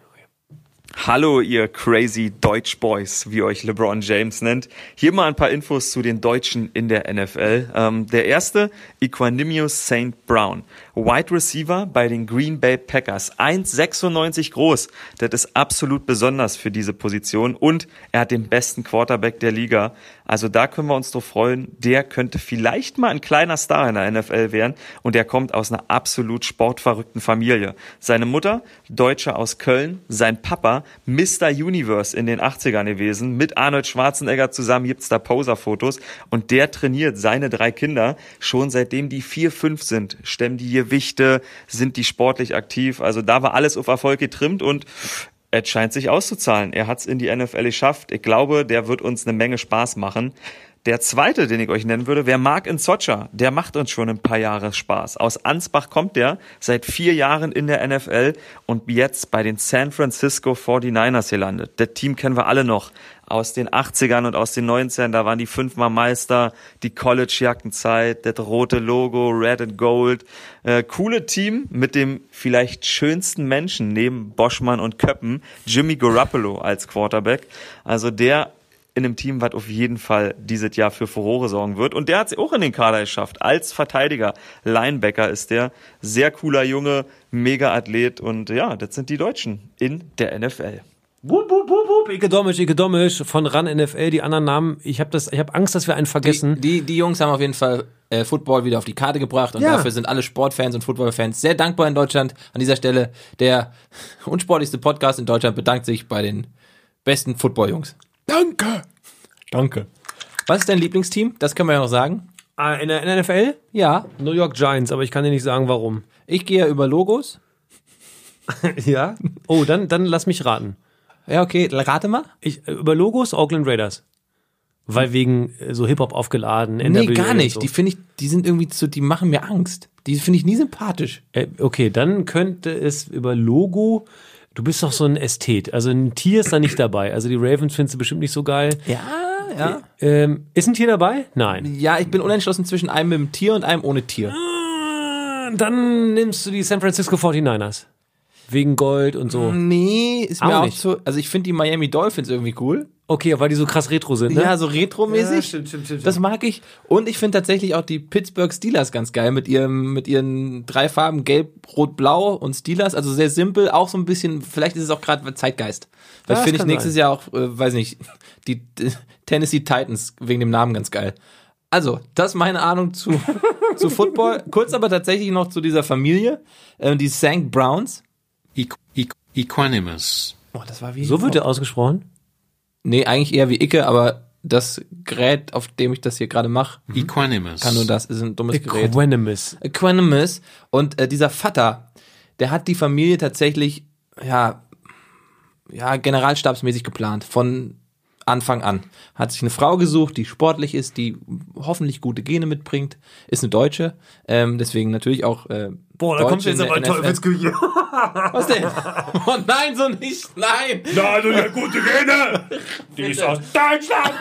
[SPEAKER 5] Hallo, ihr crazy Deutsch Boys, wie euch LeBron James nennt. Hier mal ein paar Infos zu den Deutschen in der NFL. Ähm, der erste, Equanimous St. Brown, Wide Receiver bei den Green Bay Packers, 1,96 groß. Das ist absolut besonders für diese Position und er hat den besten Quarterback der Liga. Also da können wir uns drauf freuen. Der könnte vielleicht mal ein kleiner Star in der NFL werden und der kommt aus einer absolut sportverrückten Familie. Seine Mutter, Deutsche aus Köln, sein Papa, Mr. Universe in den 80ern gewesen. Mit Arnold Schwarzenegger zusammen gibt's da Poser-Fotos und der trainiert seine drei Kinder schon seitdem die vier, fünf sind. Stemmen die Gewichte, sind die sportlich aktiv. Also da war alles auf Erfolg getrimmt und es scheint sich auszuzahlen. Er hat's in die NFL geschafft. Ich glaube, der wird uns eine Menge Spaß machen. Der zweite, den ich euch nennen würde, wäre Marc Inzocha. Der macht uns schon ein paar Jahre Spaß. Aus Ansbach kommt der, seit vier Jahren in der NFL und jetzt bei den San Francisco 49ers gelandet. Das Team kennen wir alle noch. Aus den 80ern und aus den 90ern, da waren die fünfmal Meister, die College-Jackenzeit, das rote Logo, Red and Gold. Äh, coole Team mit dem vielleicht schönsten Menschen neben Boschmann und Köppen, Jimmy Garoppolo als Quarterback. Also der in einem Team, was auf jeden Fall dieses Jahr für Furore sorgen wird. Und der hat es auch in den Kader geschafft. Als Verteidiger, Linebacker ist der. Sehr cooler Junge, mega Athlet. Und ja, das sind die Deutschen in der NFL.
[SPEAKER 1] Ike Domisch, Ike Domisch von RAN NFL, die anderen Namen. Ich habe hab Angst, dass wir einen vergessen.
[SPEAKER 2] Die, die, die Jungs haben auf jeden Fall äh, Football wieder auf die Karte gebracht und
[SPEAKER 1] Ja.
[SPEAKER 2] dafür sind alle Sportfans und Footballfans sehr dankbar in Deutschland. An dieser Stelle der unsportlichste Podcast in Deutschland bedankt sich bei den besten Football-Jungs. Danke. Danke. Was ist dein Lieblingsteam? Das können wir ja noch sagen.
[SPEAKER 1] Ah, in, der, in der NFL?
[SPEAKER 2] Ja,
[SPEAKER 1] New York Giants, aber ich kann dir nicht sagen, warum.
[SPEAKER 2] ich gehe ja über Logos.
[SPEAKER 1] (laughs) Ja? Oh, dann, dann lass mich raten.
[SPEAKER 2] Ja, okay, rate mal.
[SPEAKER 1] Ich, äh, über Logos Oakland Raiders. Weil wegen äh, so Hip-Hop aufgeladen.
[SPEAKER 2] Nee,
[SPEAKER 1] NWA
[SPEAKER 2] gar
[SPEAKER 1] und
[SPEAKER 2] nicht.
[SPEAKER 1] So.
[SPEAKER 2] Die finde ich, die sind irgendwie zu, die machen mir Angst. Die finde ich nie sympathisch.
[SPEAKER 1] Äh, okay, dann könnte es über Logo... Du bist doch so ein Ästhet. Also ein Tier ist da nicht dabei. Also die Ravens findest du bestimmt nicht so geil.
[SPEAKER 2] Ja, ja.
[SPEAKER 1] Ähm, ist ein Tier dabei? Nein.
[SPEAKER 2] Ja, ich bin unentschlossen zwischen einem mit dem Tier und einem ohne Tier.
[SPEAKER 1] Ah, Dann nimmst du die San Francisco 49ers. Wegen Gold und so.
[SPEAKER 2] Nee, ist
[SPEAKER 1] Auch
[SPEAKER 2] mir auch
[SPEAKER 1] nicht.
[SPEAKER 2] zu. Also ich finde die Miami Dolphins irgendwie cool.
[SPEAKER 1] Okay, weil die so krass retro sind, ne?
[SPEAKER 2] Ja, so retromäßig.
[SPEAKER 1] Ja, stimmt, stimmt, stimmt,
[SPEAKER 2] Das mag ich. Und ich finde tatsächlich auch die Pittsburgh Steelers ganz geil mit ihrem, mit ihren drei Farben Gelb, Rot, Blau und Steelers. Also sehr simpel, auch so ein bisschen. Vielleicht ist es auch gerade Zeitgeist. Vielleicht
[SPEAKER 1] das
[SPEAKER 2] finde ich
[SPEAKER 1] kann
[SPEAKER 2] nächstes
[SPEAKER 1] sein.
[SPEAKER 2] Jahr auch, äh, weiß nicht, die, die Tennessee Titans wegen dem Namen ganz geil. Also, das ist meine Ahnung (laughs) zu, zu Football. Kurz aber tatsächlich noch zu dieser Familie, äh, die St. Browns.
[SPEAKER 6] Equ- equ- Equanimous.
[SPEAKER 2] Oh, das war wie
[SPEAKER 1] so wird er ausgesprochen.
[SPEAKER 2] Nee, eigentlich eher wie Icke, aber das Gerät, auf dem ich das hier gerade mache,
[SPEAKER 6] Equanimous.
[SPEAKER 2] kann nur das, ist ein dummes Gerät.
[SPEAKER 1] Equanimous.
[SPEAKER 2] Equanimous. Und äh, dieser Vater, der hat die Familie tatsächlich, ja, ja, generalstabsmäßig geplant. Von Anfang an. Hat sich eine Frau gesucht, die sportlich ist, die hoffentlich gute Gene mitbringt, ist eine Deutsche, ähm, deswegen natürlich auch. Äh,
[SPEAKER 1] Boah, da
[SPEAKER 2] Deutsche
[SPEAKER 1] kommt jetzt
[SPEAKER 2] in der
[SPEAKER 1] aber
[SPEAKER 2] NFL.
[SPEAKER 1] Teufelsküche.
[SPEAKER 2] Was denn? Oh nein, so nicht, nein!
[SPEAKER 1] Na, du ja gute Gene. Die ist aus Deutschland.
[SPEAKER 2] (laughs)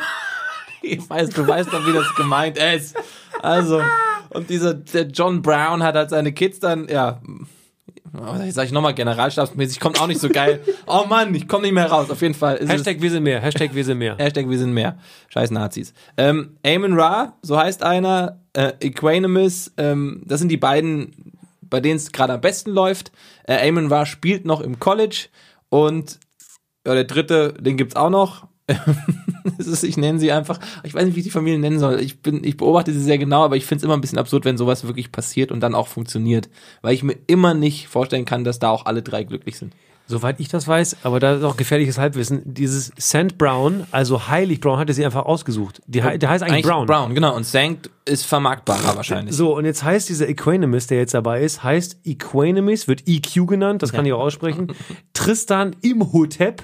[SPEAKER 2] Ich weiß, du weißt doch, wie das gemeint ist. Also, und dieser der John Brown hat halt seine Kids dann, ja, was sag ich nochmal, generalstabsmäßig, kommt auch nicht so geil. Oh Mann, ich komme nicht mehr raus. Auf jeden Fall ist
[SPEAKER 1] Hashtag wir sind mehr, Hashtag wir sind mehr.
[SPEAKER 2] es. Hashtag wir sind mehr. Scheiß Nazis. Ähm, Amon Ra, so heißt einer, äh, Equanimous, ähm, das sind die beiden, bei denen es gerade am besten läuft. Äh, Amon Ra spielt noch im College und ja, der dritte, den gibt's auch noch. (laughs) Es ist, ich nenne sie einfach, ich weiß nicht, wie ich die Familie nennen soll. Ich bin, ich beobachte sie sehr genau, aber ich finde es immer ein bisschen absurd, wenn sowas wirklich passiert und dann auch funktioniert. Weil ich mir immer nicht vorstellen kann, dass da auch alle drei glücklich sind.
[SPEAKER 1] Soweit ich das weiß, aber da ist auch gefährliches Halbwissen. Dieses Sand Brown, also Heilig Brown, hatte sie einfach ausgesucht. Die, hei- der heißt eigentlich, Brown.
[SPEAKER 2] genau. Und Sankt ist vermarktbarer wahrscheinlich.
[SPEAKER 1] So, und jetzt heißt dieser Equanimous, der jetzt dabei ist, heißt Equanimous, wird EQ genannt, das kann ich auch aussprechen.
[SPEAKER 2] (laughs)
[SPEAKER 1] Tristan Imhotep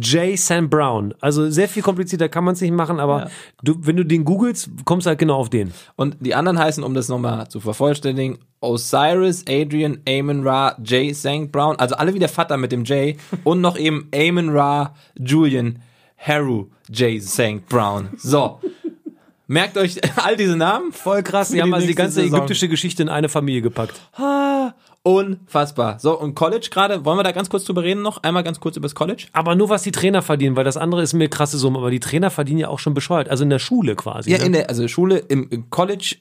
[SPEAKER 1] J. Sam Brown. Also sehr viel komplizierter kann man es nicht machen, aber
[SPEAKER 2] Ja.
[SPEAKER 1] du, wenn du den googelst, kommst du halt genau auf den.
[SPEAKER 2] Und die anderen heißen, um das nochmal zu vervollständigen, Osiris, Adrian, Amon Ra, Jay, Sankt Brown, also alle wie der Vater mit dem Jay und noch eben Amon Ra, Julian, Haru, Jay, Sankt Brown. So. Merkt euch (laughs) all diese Namen.
[SPEAKER 1] Voll krass, die haben also die
[SPEAKER 2] nächste
[SPEAKER 1] ganze
[SPEAKER 2] Saison.
[SPEAKER 1] ägyptische Geschichte in eine Familie gepackt.
[SPEAKER 2] Unfassbar. So, und College gerade, wollen wir da ganz kurz drüber reden noch? Einmal ganz kurz über das College?
[SPEAKER 1] Aber nur was die Trainer verdienen, weil das andere ist mir krasse Summe, aber die Trainer verdienen ja auch schon bescheuert, also in der Schule quasi.
[SPEAKER 2] Ja,
[SPEAKER 1] ne?
[SPEAKER 2] in der also Schule, im, im College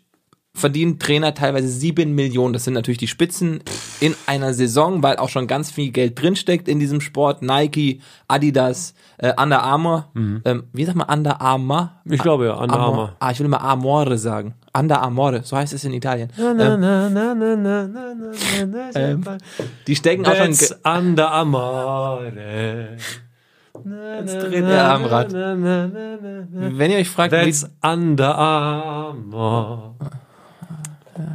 [SPEAKER 2] verdienen Trainer teilweise sieben Millionen. Das sind natürlich die Spitzen in einer Saison, weil auch schon ganz viel Geld drinsteckt in diesem Sport. Nike, Adidas, äh, Under Armour. Ähm, wie sagt man Under Armour?
[SPEAKER 1] Mhm. ich glaube ja, Under Armour.
[SPEAKER 2] Ah, ich will immer Amore sagen. Under Amore, so heißt es in Italien. Ähm,
[SPEAKER 1] Na, na, na, na, na, na, na, na, na.
[SPEAKER 2] die stecken auch schon.
[SPEAKER 1] That's
[SPEAKER 2] Ge-
[SPEAKER 1] Ähm, under amore.
[SPEAKER 2] Jetzt dreht er am Rad.
[SPEAKER 1] Na, na, na, na, na.
[SPEAKER 2] Wenn ihr euch fragt, wie,
[SPEAKER 1] That's under amore.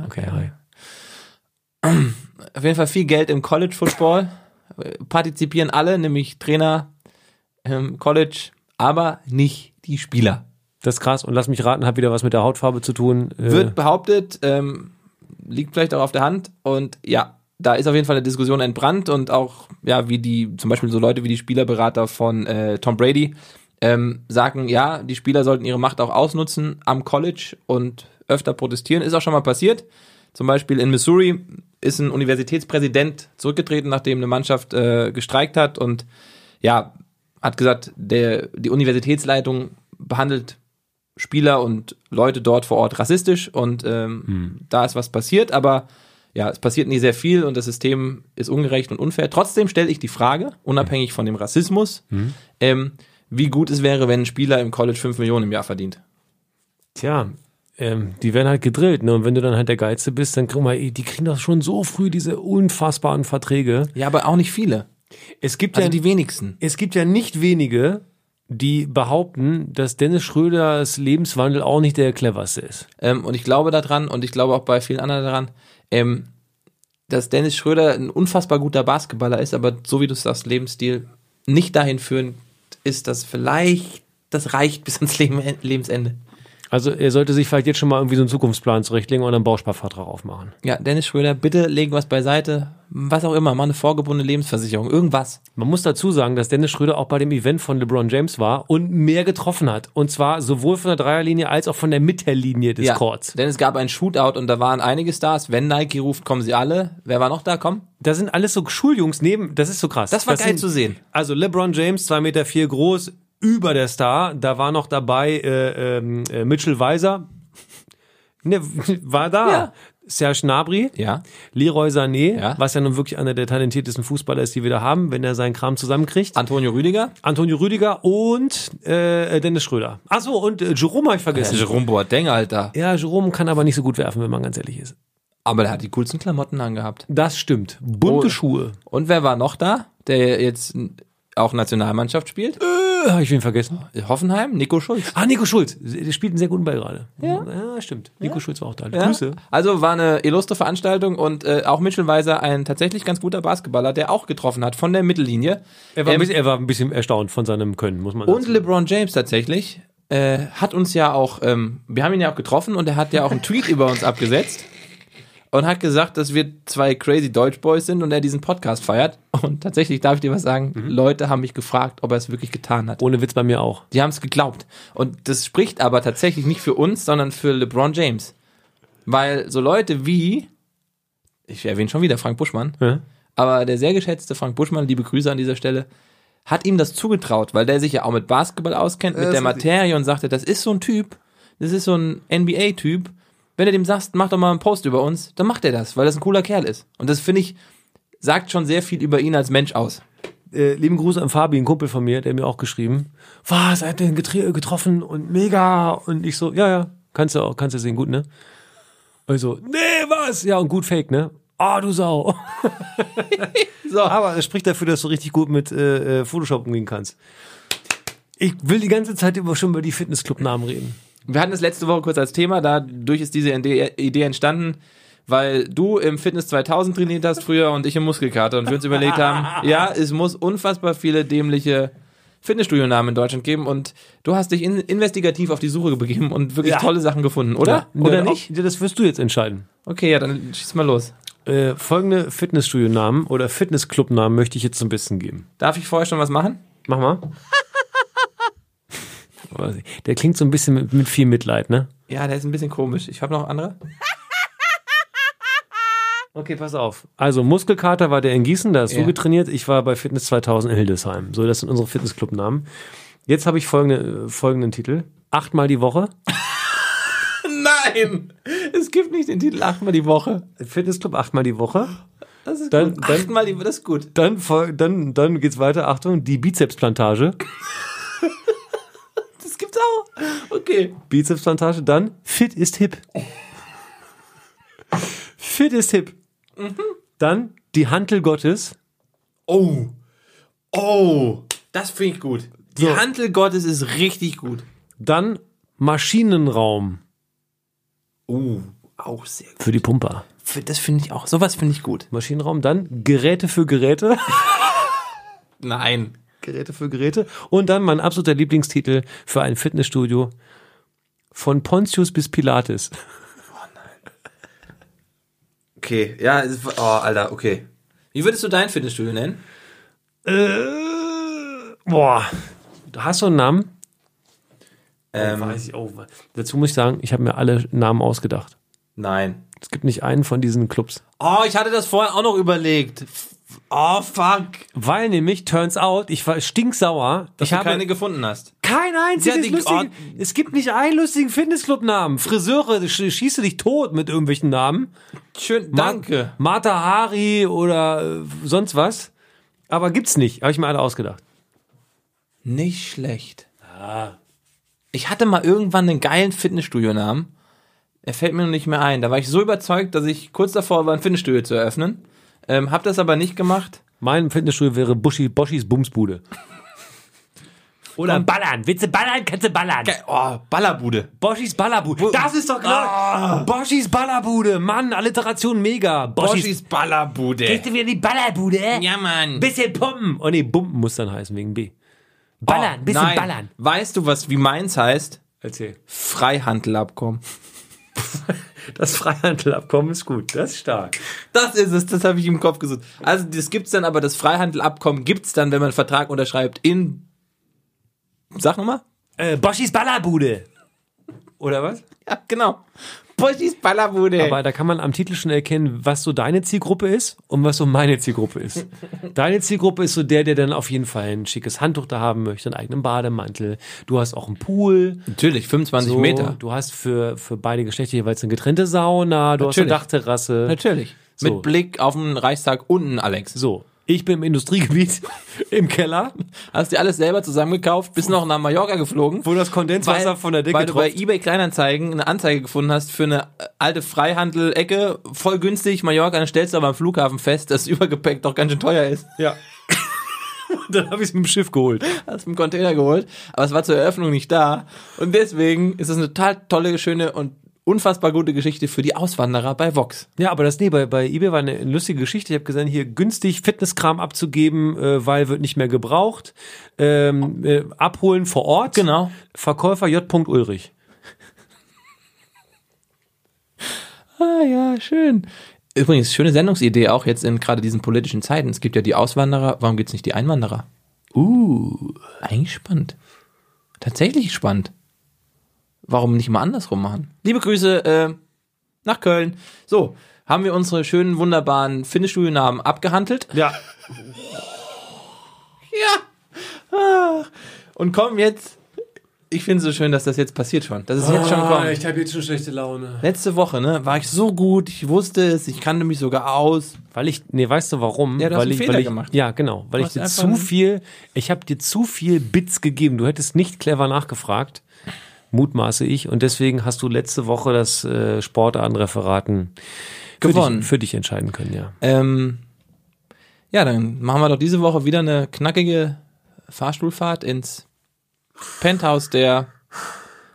[SPEAKER 1] Okay, hi.
[SPEAKER 2] auf jeden Fall viel Geld im College Football. Äh, Partizipieren alle, nämlich Trainer, ähm, College, aber nicht die Spieler.
[SPEAKER 1] Das ist krass. Und lass mich raten, hat wieder was mit der Hautfarbe zu tun. Äh,
[SPEAKER 2] Wird behauptet, ähm, liegt vielleicht auch auf der Hand und ja, da ist auf jeden Fall eine Diskussion entbrannt und auch, ja, wie die, zum Beispiel so Leute wie die Spielerberater von äh, Tom Brady ähm, sagen, ja, die Spieler sollten ihre Macht auch ausnutzen am College und öfter protestieren. Ist auch schon mal passiert. Zum Beispiel in Missouri ist ein Universitätspräsident zurückgetreten, nachdem eine Mannschaft äh, gestreikt hat und ja, hat gesagt, der, die Universitätsleitung behandelt Spieler und Leute dort vor Ort rassistisch und ähm, da ist was passiert, aber ja, es passiert nie sehr viel und das System ist ungerecht und unfair. Trotzdem stelle ich die Frage, unabhängig von dem Rassismus, ähm, wie gut es wäre, wenn ein Spieler im College 5 Millionen im Jahr verdient.
[SPEAKER 1] Tja, ähm, die werden halt gedrillt. Ne? Und wenn du dann halt der Geilste bist, dann kriegen wir, eh, die kriegen doch schon so früh diese unfassbaren Verträge.
[SPEAKER 2] Ja, aber auch nicht viele.
[SPEAKER 1] Es gibt
[SPEAKER 2] Also
[SPEAKER 1] ja
[SPEAKER 2] die wenigsten.
[SPEAKER 1] Es gibt ja nicht wenige, die behaupten, dass Dennis Schröders Lebenswandel auch nicht der cleverste ist.
[SPEAKER 2] Ähm, und ich glaube daran und ich glaube auch bei vielen anderen daran, ähm, dass Dennis Schröder ein unfassbar guter Basketballer ist, aber so wie du es sagst, Lebensstil nicht dahin führend ist, dass vielleicht das reicht bis ans Leben, äh, Lebensende.
[SPEAKER 1] Also er sollte sich vielleicht jetzt schon mal irgendwie so einen Zukunftsplan zurechtlegen und einen Bausparvertrag aufmachen.
[SPEAKER 2] Ja, Dennis Schröder, bitte legen was beiseite. Was auch immer, mal eine vorgebundene Lebensversicherung, irgendwas.
[SPEAKER 1] Man muss dazu sagen, dass Dennis Schröder auch bei dem Event von LeBron James war und mehr getroffen hat. Und zwar sowohl von der Dreierlinie als auch von der Mittellinie des Courts.
[SPEAKER 2] Denn es gab ein Shootout und da waren einige Stars. Wenn Nike ruft, kommen sie alle. Wer war noch da? Komm.
[SPEAKER 1] Da sind alles so Schuljungs neben, das ist so krass.
[SPEAKER 2] Das war geil
[SPEAKER 1] sind,
[SPEAKER 2] zu sehen.
[SPEAKER 1] Also LeBron James, zwei Meter vier groß, über der Star. Da war noch dabei äh, ähm, äh, Mitchell Weiser. Ne, (laughs) war da.
[SPEAKER 2] Ja.
[SPEAKER 1] Serge Gnabry,
[SPEAKER 2] Ja.
[SPEAKER 1] Leroy Sané,
[SPEAKER 2] Ja.
[SPEAKER 1] was ja nun wirklich einer der talentiertesten Fußballer ist, die wir da haben, wenn er seinen Kram zusammenkriegt.
[SPEAKER 2] Antonio Rüdiger.
[SPEAKER 1] Antonio Rüdiger und äh, Dennis Schröder. Ach so, und äh, Jerome habe ich vergessen.
[SPEAKER 2] Jerome Boateng, Alter.
[SPEAKER 1] ja, Jerome kann aber nicht so gut werfen, wenn man ganz ehrlich ist.
[SPEAKER 2] Aber der hat die coolsten Klamotten angehabt.
[SPEAKER 1] Das stimmt. Bunte
[SPEAKER 2] Oh.
[SPEAKER 1] Schuhe.
[SPEAKER 2] Und wer war noch da, der jetzt auch Nationalmannschaft spielt.
[SPEAKER 1] Habe Äh, ich wen vergessen?
[SPEAKER 2] Hoffenheim, Nico Schulz.
[SPEAKER 1] Ah, Nico Schulz. Der spielt einen sehr guten Ball gerade. Ja. stimmt. Nico Schulz war auch da.
[SPEAKER 2] Ja.
[SPEAKER 1] Grüße.
[SPEAKER 2] Also war eine illustre Veranstaltung und äh, auch Mitchell Weiser ein tatsächlich ganz guter Basketballer, der auch getroffen hat von der Mittellinie.
[SPEAKER 1] Er war, ein
[SPEAKER 2] Ähm,
[SPEAKER 1] bisschen, er war ein bisschen erstaunt von seinem Können, muss man
[SPEAKER 2] Und
[SPEAKER 1] sagen.
[SPEAKER 2] LeBron James tatsächlich äh, hat uns ja auch, ähm, wir haben ihn ja auch getroffen und er hat ja auch einen Tweet über uns abgesetzt und hat gesagt, dass wir zwei crazy Deutschboys sind und er diesen Podcast feiert. Und tatsächlich darf ich dir was sagen,
[SPEAKER 1] Mhm.
[SPEAKER 2] Leute haben mich gefragt, ob er es wirklich getan hat.
[SPEAKER 1] Ohne Witz bei mir auch.
[SPEAKER 2] Die haben es geglaubt. Und das spricht aber tatsächlich nicht für uns, sondern für LeBron James. Weil so Leute wie, ich erwähne schon wieder Frank Buschmann,
[SPEAKER 1] Ja.
[SPEAKER 2] aber der sehr geschätzte Frank Buschmann, liebe Grüße an dieser Stelle, hat ihm das zugetraut, weil der sich ja auch mit Basketball auskennt, mit der Materie und sagte, das ist so ein Typ, das ist so ein NBA-Typ. Wenn du dem sagst, mach doch mal einen Post über uns, dann macht er das, weil das ein cooler Kerl ist. Und das finde ich, sagt schon sehr viel über ihn als Mensch aus.
[SPEAKER 1] äh, lieben Gruß an Fabi, ein Kumpel von mir, der hat mir auch geschrieben, was, seid ihr denn getre- getroffen und mega und ich so, ja, ja, kannst du auch, kannst du sehen, gut, ne? Also, nee, was? Ja, und gut fake, ne? Ah, du (laughs) Sau.
[SPEAKER 2] So.
[SPEAKER 1] Aber es spricht dafür, dass du richtig gut mit äh, äh, Photoshop umgehen kannst. Ich will die ganze Zeit über schon über die Fitnessclub-Namen reden.
[SPEAKER 2] Wir hatten es letzte Woche kurz als Thema, dadurch ist diese Ide- Idee entstanden, weil du im Fitness 2000 trainiert hast früher und ich im Muskelkater und wir uns überlegt (laughs) haben, ja, es muss unfassbar viele dämliche Fitnessstudio-Namen in Deutschland geben und du hast dich in, investigativ auf die Suche begeben und wirklich
[SPEAKER 1] Ja.
[SPEAKER 2] tolle Sachen gefunden, oder? Oder
[SPEAKER 1] Ja,
[SPEAKER 2] nicht?
[SPEAKER 1] Auch, das wirst du jetzt entscheiden.
[SPEAKER 2] Okay, ja, dann schieß mal los.
[SPEAKER 1] Äh, folgende Fitnessstudio-Namen oder Fitnessclub-Namen möchte ich jetzt so ein bisschen geben.
[SPEAKER 2] Darf ich vorher schon was machen?
[SPEAKER 1] Mach mal. (laughs) Weiß ich. Der klingt so ein bisschen mit, mit viel Mitleid, ne?
[SPEAKER 2] Ja, der ist ein bisschen komisch. Ich habe noch andere.
[SPEAKER 1] Okay, pass auf. Also Muskelkater war der in Gießen, da hast
[SPEAKER 2] Ja.
[SPEAKER 1] du getrainiert. Ich war bei Fitness 2000 in Hildesheim. So, das sind unsere Fitnessclub-Namen. Jetzt habe ich folgende, äh, folgenden Titel. Achtmal die Woche.
[SPEAKER 2] (laughs) Nein! Es gibt nicht den Titel achtmal die Woche.
[SPEAKER 1] Fitnessclub achtmal die Woche.
[SPEAKER 2] Das ist
[SPEAKER 1] Dann-
[SPEAKER 2] gut.
[SPEAKER 1] dann-
[SPEAKER 2] achtmal die Woche, das ist gut.
[SPEAKER 1] Dann, fol- dann, dann geht's weiter. Achtung, die Bizepsplantage.
[SPEAKER 2] Das gibt's auch. Okay.
[SPEAKER 1] Bizepsplantage. Dann fit ist hip. fit ist hip. Dann die Hantel Gottes.
[SPEAKER 2] Oh. Oh. Das finde ich gut. Die
[SPEAKER 1] So.
[SPEAKER 2] Hantel Gottes ist richtig gut.
[SPEAKER 1] Dann Maschinenraum
[SPEAKER 2] Oh. Auch sehr gut.
[SPEAKER 1] für die Pumper.
[SPEAKER 2] Für- Das finde ich auch. Sowas finde ich gut.
[SPEAKER 1] Maschinenraum, dann Geräte für Geräte.
[SPEAKER 2] Nein.
[SPEAKER 1] (laughs) Geräte für Geräte. Und dann mein absoluter Lieblingstitel für ein Fitnessstudio. Von Pontius bis Pilates.
[SPEAKER 2] Okay. Ja, es- oh, Alter, okay. Wie würdest du dein Fitnessstudio nennen?
[SPEAKER 1] Äh, Boah. Hast du einen Namen?
[SPEAKER 2] Ähm,
[SPEAKER 1] ich auch. Dazu muss ich sagen, ich habe mir alle Namen ausgedacht.
[SPEAKER 2] nein.
[SPEAKER 1] Es gibt nicht einen von diesen Clubs.
[SPEAKER 2] Oh, ich hatte das vorher auch noch überlegt. F- Oh, fuck.
[SPEAKER 1] Weil nämlich, turns out, ich war stinksauer.
[SPEAKER 2] Dass
[SPEAKER 1] ich
[SPEAKER 2] du
[SPEAKER 1] habe
[SPEAKER 2] keine gefunden hast.
[SPEAKER 1] kein einziges
[SPEAKER 2] Ja, die-
[SPEAKER 1] lustigen, es gibt nicht einen lustigen Fitnessclub-Namen. Friseure, sch- schieße dich tot mit irgendwelchen Namen.
[SPEAKER 2] Schön,
[SPEAKER 1] Ma-
[SPEAKER 2] danke.
[SPEAKER 1] Mata Hari oder äh, sonst was. Aber gibt's nicht. Habe ich mir alle ausgedacht.
[SPEAKER 2] Nicht schlecht. Ich hatte mal irgendwann einen geilen Fitnessstudio-Namen. Er fällt mir noch nicht mehr ein. Da war ich so überzeugt, dass ich kurz davor war, ein Fitnessstudio zu eröffnen. Ähm, hab das aber nicht gemacht.
[SPEAKER 1] Mein Fitnessstudio wäre Buschi, Boschis Bumsbude. Oder ballern. Willst du ballern? Kannst du ballern.
[SPEAKER 2] Ge- Oh, Ballerbude.
[SPEAKER 1] Boschis Ballerbude. Das ist doch klar. Ah. Boschis Ballerbude. Mann, Alliteration mega. Boschis.
[SPEAKER 2] Boschis Ballerbude.
[SPEAKER 1] Gehst du wieder in die Ballerbude?
[SPEAKER 2] Ja, Mann.
[SPEAKER 1] Bisschen pumpen. Oh nee, Bumpen muss dann heißen wegen B.
[SPEAKER 2] Oh,
[SPEAKER 1] Ballern, bisschen
[SPEAKER 2] nein.
[SPEAKER 1] ballern.
[SPEAKER 2] Weißt du, was wie meins heißt?
[SPEAKER 1] Erzähl.
[SPEAKER 2] Freihandelabkommen.
[SPEAKER 1] Das Freihandelabkommen ist gut. Das ist stark.
[SPEAKER 2] Das ist es, das habe ich im Kopf gesucht. Also, das gibt's dann, aber das Freihandelabkommen gibt's dann, wenn man einen Vertrag unterschreibt in. Sag nochmal.
[SPEAKER 1] Äh, Boschis Ballerbude. Oder was?
[SPEAKER 2] (laughs) Ja, genau. Boschis Ballerbude.
[SPEAKER 1] Aber da kann man am Titel schon erkennen, was so deine Zielgruppe ist und was so meine Zielgruppe ist. Deine Zielgruppe ist so der, der dann auf jeden Fall ein schickes Handtuch da haben möchte, einen eigenen Bademantel. Du hast auch einen Pool.
[SPEAKER 2] Natürlich, 25
[SPEAKER 1] So,
[SPEAKER 2] Meter.
[SPEAKER 1] Du hast für, für beide Geschlechter jeweils eine getrennte Sauna. Du hast eine
[SPEAKER 2] Natürlich.
[SPEAKER 1] Dachterrasse.
[SPEAKER 2] Natürlich.
[SPEAKER 1] So.
[SPEAKER 2] Mit Blick auf den Reichstag unten, Alex.
[SPEAKER 1] So. Ich bin im Industriegebiet, (laughs) im Keller,
[SPEAKER 2] Hast dir alles selber zusammengekauft, bist noch nach Mallorca geflogen.
[SPEAKER 1] wo das Kondenswasser
[SPEAKER 2] weil,
[SPEAKER 1] von der
[SPEAKER 2] weil
[SPEAKER 1] Decke
[SPEAKER 2] du bei
[SPEAKER 1] tropft.
[SPEAKER 2] eBay Kleinanzeigen eine Anzeige gefunden hast für eine alte Freihandel-Ecke, voll (laughs) günstig, Mallorca, dann stellst du aber am Flughafen fest, dass Übergepäck doch ganz schön teuer ist.
[SPEAKER 1] Ja. (laughs) Und dann habe ich es mit dem Schiff geholt.
[SPEAKER 2] Hast einen Container geholt, aber es war zur Eröffnung nicht da. Und deswegen ist es eine total tolle, schöne und unfassbar gute Geschichte für die Auswanderer bei Vox.
[SPEAKER 1] Ja, aber das, nee, bei, bei eBay war eine lustige Geschichte. Ich habe gesehen, hier günstig Fitnesskram abzugeben, äh, weil wird nicht mehr gebraucht. Ähm, äh, abholen vor Ort.
[SPEAKER 2] Genau.
[SPEAKER 1] Verkäufer J. Ulrich.
[SPEAKER 2] Ah ja, schön. Übrigens, schöne Sendungsidee auch jetzt in gerade diesen politischen Zeiten. Es gibt ja die Auswanderer, warum gibt es nicht die Einwanderer? Uh, eigentlich spannend. Tatsächlich spannend. Warum nicht mal andersrum machen? Liebe Grüße äh, nach Köln. So, haben wir unsere schönen, wunderbaren Fitnessstudio-Namen abgehandelt
[SPEAKER 1] Ja.
[SPEAKER 2] (laughs) ja. Ah. Und kommen jetzt. Ich finde es so schön, dass das jetzt passiert schon. Dass es jetzt schon kommt.
[SPEAKER 1] habe Ah, jetzt schon schlechte Laune.
[SPEAKER 2] Letzte Woche, ne, war ich so gut, ich wusste es, ich kannte mich sogar aus.
[SPEAKER 1] Weil ich, nee, weißt du warum?
[SPEAKER 2] Ja, du hast
[SPEAKER 1] weil
[SPEAKER 2] einen
[SPEAKER 1] ich,
[SPEAKER 2] Fehler
[SPEAKER 1] weil ich,
[SPEAKER 2] gemacht.
[SPEAKER 1] Ja, genau. Weil ich
[SPEAKER 2] hast
[SPEAKER 1] dir
[SPEAKER 2] einfach
[SPEAKER 1] zu
[SPEAKER 2] einen-
[SPEAKER 1] viel, ich habe dir zu viel Bits gegeben. Du hättest nicht clever nachgefragt, mutmaße ich. Und deswegen hast du letzte Woche das äh, Sportartenreferaten für
[SPEAKER 2] Gewonnen.
[SPEAKER 1] Dich, für dich entscheiden können, ja.
[SPEAKER 2] Ähm, ja, dann machen wir doch diese Woche wieder eine knackige Fahrstuhlfahrt ins Penthouse der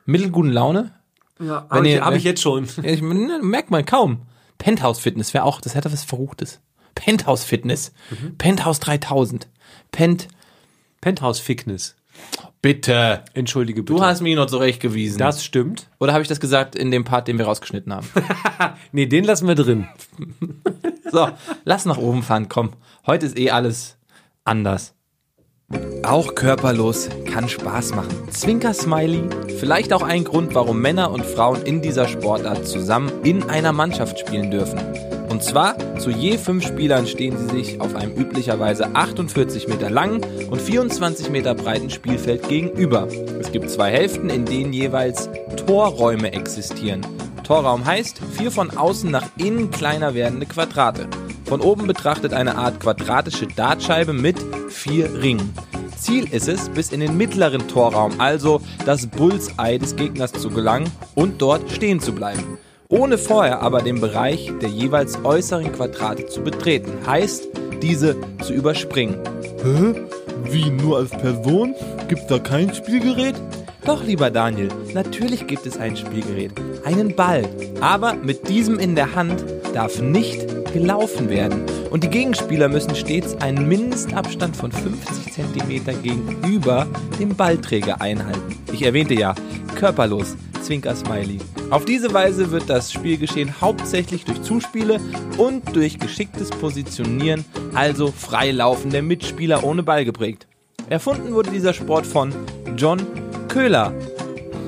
[SPEAKER 2] mittelguten Laune.
[SPEAKER 1] ja
[SPEAKER 2] wenn ich- ihr- hab ich
[SPEAKER 1] jetzt schon.
[SPEAKER 2] Ja, Ich, ne, merkt man kaum. Penthouse Fitness wäre auch, das hätte was Verruchtes. Penthouse Fitness. Penthouse 3000. Pent.
[SPEAKER 1] Penthouse Fitness.
[SPEAKER 2] Bitte.
[SPEAKER 1] Entschuldige bitte.
[SPEAKER 2] Du hast mich noch zurechtgewiesen.
[SPEAKER 1] das stimmt.
[SPEAKER 2] Oder habe ich das gesagt in dem Part, den wir rausgeschnitten haben?
[SPEAKER 1] Nee, den lassen wir drin.
[SPEAKER 2] So, lass nach oben fahren, komm. Heute ist eh alles anders. Auch körperlos kann Spaß machen. Zwinker-Smiley. Vielleicht auch ein Grund, warum Männer und Frauen in dieser Sportart zusammen in einer Mannschaft spielen dürfen. Und zwar, zu je fünf Spielern stehen sie sich auf einem üblicherweise 48 Meter langen und 24 Meter breiten Spielfeld gegenüber. Es gibt zwei Hälften, in denen jeweils Torräume existieren. Torraum heißt, vier von außen nach innen kleiner werdende Quadrate. Von oben betrachtet eine Art quadratische Dartscheibe mit vier Ringen. Ziel ist es, bis in den mittleren Torraum, also das Bullseye des Gegners zu gelangen und dort stehen zu bleiben. Ohne vorher aber den Bereich der jeweils äußeren Quadrate zu betreten, heißt, diese zu überspringen. Hä? Wie nur als Person? Gibt's da kein Spielgerät? Doch, lieber Daniel, natürlich gibt es ein Spielgerät, einen Ball. Aber mit diesem in der Hand darf nicht gelaufen werden. Und die Gegenspieler müssen stets einen Mindestabstand von 50 cm gegenüber dem Ballträger einhalten. Ich erwähnte ja, körperlos, Zwinker-Smiley. Auf diese Weise wird das Spielgeschehen hauptsächlich durch Zuspiele und durch geschicktes Positionieren, also Freilaufen der Mitspieler ohne Ball geprägt. Erfunden wurde dieser Sport von John Köhler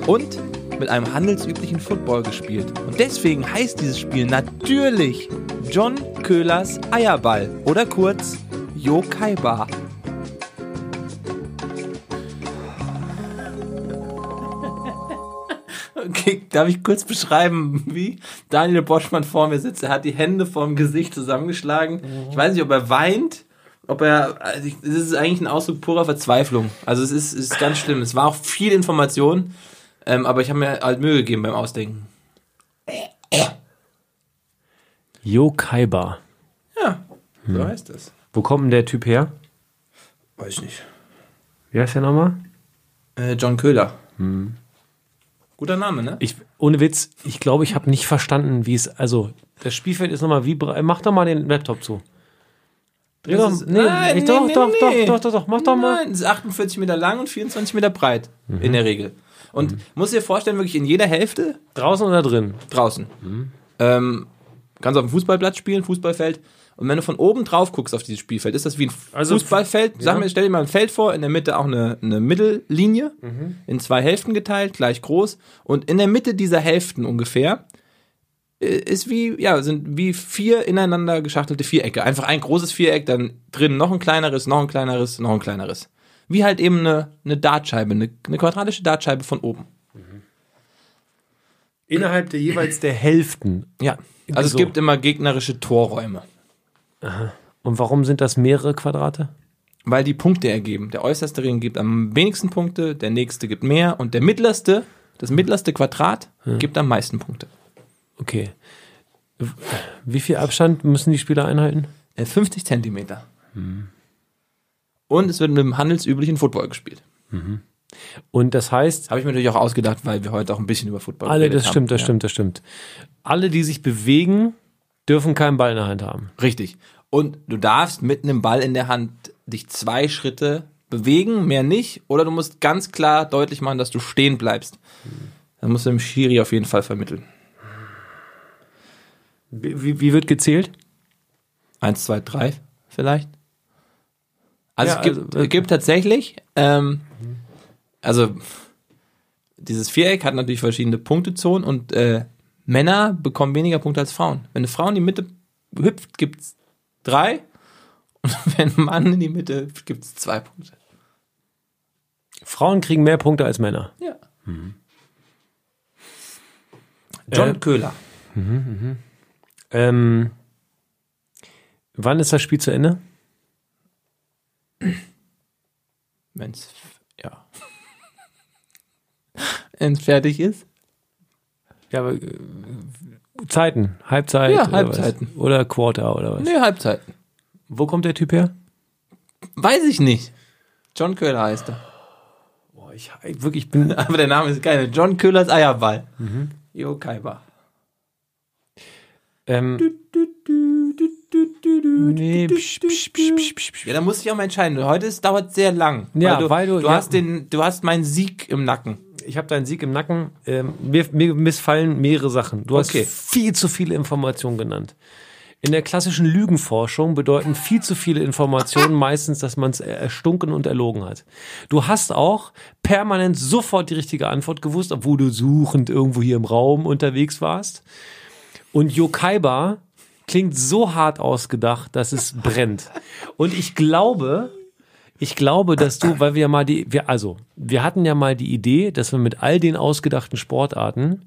[SPEAKER 2] und mit einem handelsüblichen Football gespielt. Und deswegen heißt dieses Spiel natürlich John Köhlers Eierball oder kurz Yokaiba. Okay, darf ich kurz beschreiben, wie Daniel Boschmann vor mir sitzt? Er hat die Hände vorm Gesicht zusammengeschlagen.
[SPEAKER 1] Mhm.
[SPEAKER 2] Ich weiß nicht, ob er weint, ob er. Also ich, es ist eigentlich ein Ausdruck purer Verzweiflung. Also es ist, es ist ganz schlimm. Es war auch viel Information, ähm, aber ich habe mir halt Mühe gegeben beim Ausdenken.
[SPEAKER 1] Yokaiba.
[SPEAKER 2] Ja,
[SPEAKER 1] Hm.
[SPEAKER 2] so heißt das.
[SPEAKER 1] Wo kommt denn der Typ her?
[SPEAKER 2] Weiß nicht.
[SPEAKER 1] Wie heißt der nochmal?
[SPEAKER 2] Äh, John Köhler. Guter Name, ne?
[SPEAKER 1] Hm. Ich, ohne Witz, ich glaube, ich habe nicht verstanden, wie es, also, das Spielfeld ist nochmal wie, bre- mach doch mal den Laptop zu. Dreh
[SPEAKER 2] Das
[SPEAKER 1] doch,
[SPEAKER 2] ist-
[SPEAKER 1] nee,
[SPEAKER 2] Nein,
[SPEAKER 1] ich, doch,
[SPEAKER 2] nee,
[SPEAKER 1] doch,
[SPEAKER 2] nee,
[SPEAKER 1] doch,
[SPEAKER 2] nee.
[SPEAKER 1] doch, doch, doch, mach doch mal. Mhm.
[SPEAKER 2] Nein, es ist 48 Meter lang und 24 Meter breit, in der Regel. Und muss dir vorstellen, wirklich in jeder Hälfte
[SPEAKER 1] Draußen oder drin?
[SPEAKER 2] draußen. Ähm, kannst auf dem Fußballplatz spielen, Fußballfeld. Und wenn du von oben drauf guckst auf dieses Spielfeld, ist das wie ein
[SPEAKER 1] Also,
[SPEAKER 2] Fußballfeld. Sag mir, stell dir mal ein Feld vor, in der Mitte auch eine, eine Mittellinie, in zwei Hälften geteilt, gleich groß. Und in der Mitte dieser Hälften ungefähr äh, ist wie, ja, sind wie vier ineinander geschachtelte Vierecke. Einfach ein großes Viereck, dann drin noch ein kleineres, noch ein kleineres, noch ein kleineres. Wie halt eben eine, eine Dartscheibe, eine, eine quadratische Dartscheibe von oben.
[SPEAKER 1] Innerhalb der jeweils der Hälften.
[SPEAKER 2] Ja. Also
[SPEAKER 1] So.
[SPEAKER 2] es gibt immer gegnerische Torräume.
[SPEAKER 1] Und warum sind das mehrere Quadrate?
[SPEAKER 2] weil die Punkte ergeben. Der äußerste Ring gibt am wenigsten Punkte, der nächste gibt mehr und der mittlerste, das mittlerste Quadrat gibt am meisten Punkte.
[SPEAKER 1] Okay. Wie viel Abstand müssen die Spieler einhalten? Mhm.
[SPEAKER 2] Äh, 50 Zentimeter. Und es wird mit dem handelsüblichen Football gespielt.
[SPEAKER 1] Und das heißt,
[SPEAKER 2] Habe ich mir natürlich auch ausgedacht, weil wir heute auch ein bisschen über Football
[SPEAKER 1] alle,
[SPEAKER 2] geredet
[SPEAKER 1] das stimmt, das
[SPEAKER 2] ja.
[SPEAKER 1] stimmt, das stimmt. Alle, die sich bewegen, dürfen keinen Ball in der Hand haben.
[SPEAKER 2] Richtig. Und du darfst mit einem Ball in der Hand dich zwei Schritte bewegen, mehr nicht. Oder du musst ganz klar deutlich machen, dass du stehen bleibst.
[SPEAKER 1] Mhm.
[SPEAKER 2] Das musst du dem Schiri auf jeden Fall vermitteln.
[SPEAKER 1] Wie, wie, wie wird gezählt?
[SPEAKER 2] Eins, zwei, drei vielleicht. Also
[SPEAKER 1] Ja,
[SPEAKER 2] es gibt,
[SPEAKER 1] also-
[SPEAKER 2] es gibt tatsächlich, ähm, also dieses Viereck hat natürlich verschiedene Punktezonen und äh, Männer bekommen weniger Punkte als Frauen. Wenn eine Frau in die Mitte hüpft, gibt's drei und (laughs) wenn ein Mann in die Mitte hüpft, gibt's zwei Punkte.
[SPEAKER 1] Frauen kriegen mehr Punkte als Männer.
[SPEAKER 2] Ja. John
[SPEAKER 1] Äh,
[SPEAKER 2] Köhler.
[SPEAKER 1] Ähm, wann ist das Spiel zu Ende?
[SPEAKER 2] Wenn's, ja. (laughs) Wenn's fertig ist.
[SPEAKER 1] Ja, aber äh, Zeiten, Halbzeit
[SPEAKER 2] Ja,
[SPEAKER 1] oder
[SPEAKER 2] Halbzeiten.
[SPEAKER 1] was? Oder Quarter oder was?
[SPEAKER 2] Nö, Halbzeit.
[SPEAKER 1] Wo kommt der Typ her?
[SPEAKER 2] Weiß ich nicht. John Köhler heißt er.
[SPEAKER 1] Boah, ich, ich wirklich ich bin
[SPEAKER 2] Aber der Name ist geil. ne? John Köhlers Eierball.
[SPEAKER 1] Mhm.
[SPEAKER 2] Jo Kaiba.
[SPEAKER 1] ähm, nee, psch, psch, psch, psch, psch, psch.
[SPEAKER 2] Ja, da muss ich auch mal entscheiden. Heute ist, dauert sehr lang.
[SPEAKER 1] Ja, weil du-
[SPEAKER 2] du
[SPEAKER 1] ja.
[SPEAKER 2] hast den, du hast meinen Sieg im Nacken.
[SPEAKER 1] Ich habe deinen Sieg im Nacken. Ähm, mir, mir missfallen mehrere Sachen. Du hast
[SPEAKER 2] Okay.
[SPEAKER 1] viel zu viele Informationen genannt. In der klassischen Lügenforschung bedeuten viel zu viele Informationen meistens, dass man es erstunken und erlogen hat. Du hast auch permanent sofort die richtige Antwort gewusst, obwohl du suchend irgendwo hier im Raum unterwegs warst. Und Yokaiba klingt so hart ausgedacht, dass es brennt. Und ich glaube, ich glaube, dass du, weil wir ja mal die, wir, also, wir hatten ja mal die Idee, dass wir mit all den ausgedachten Sportarten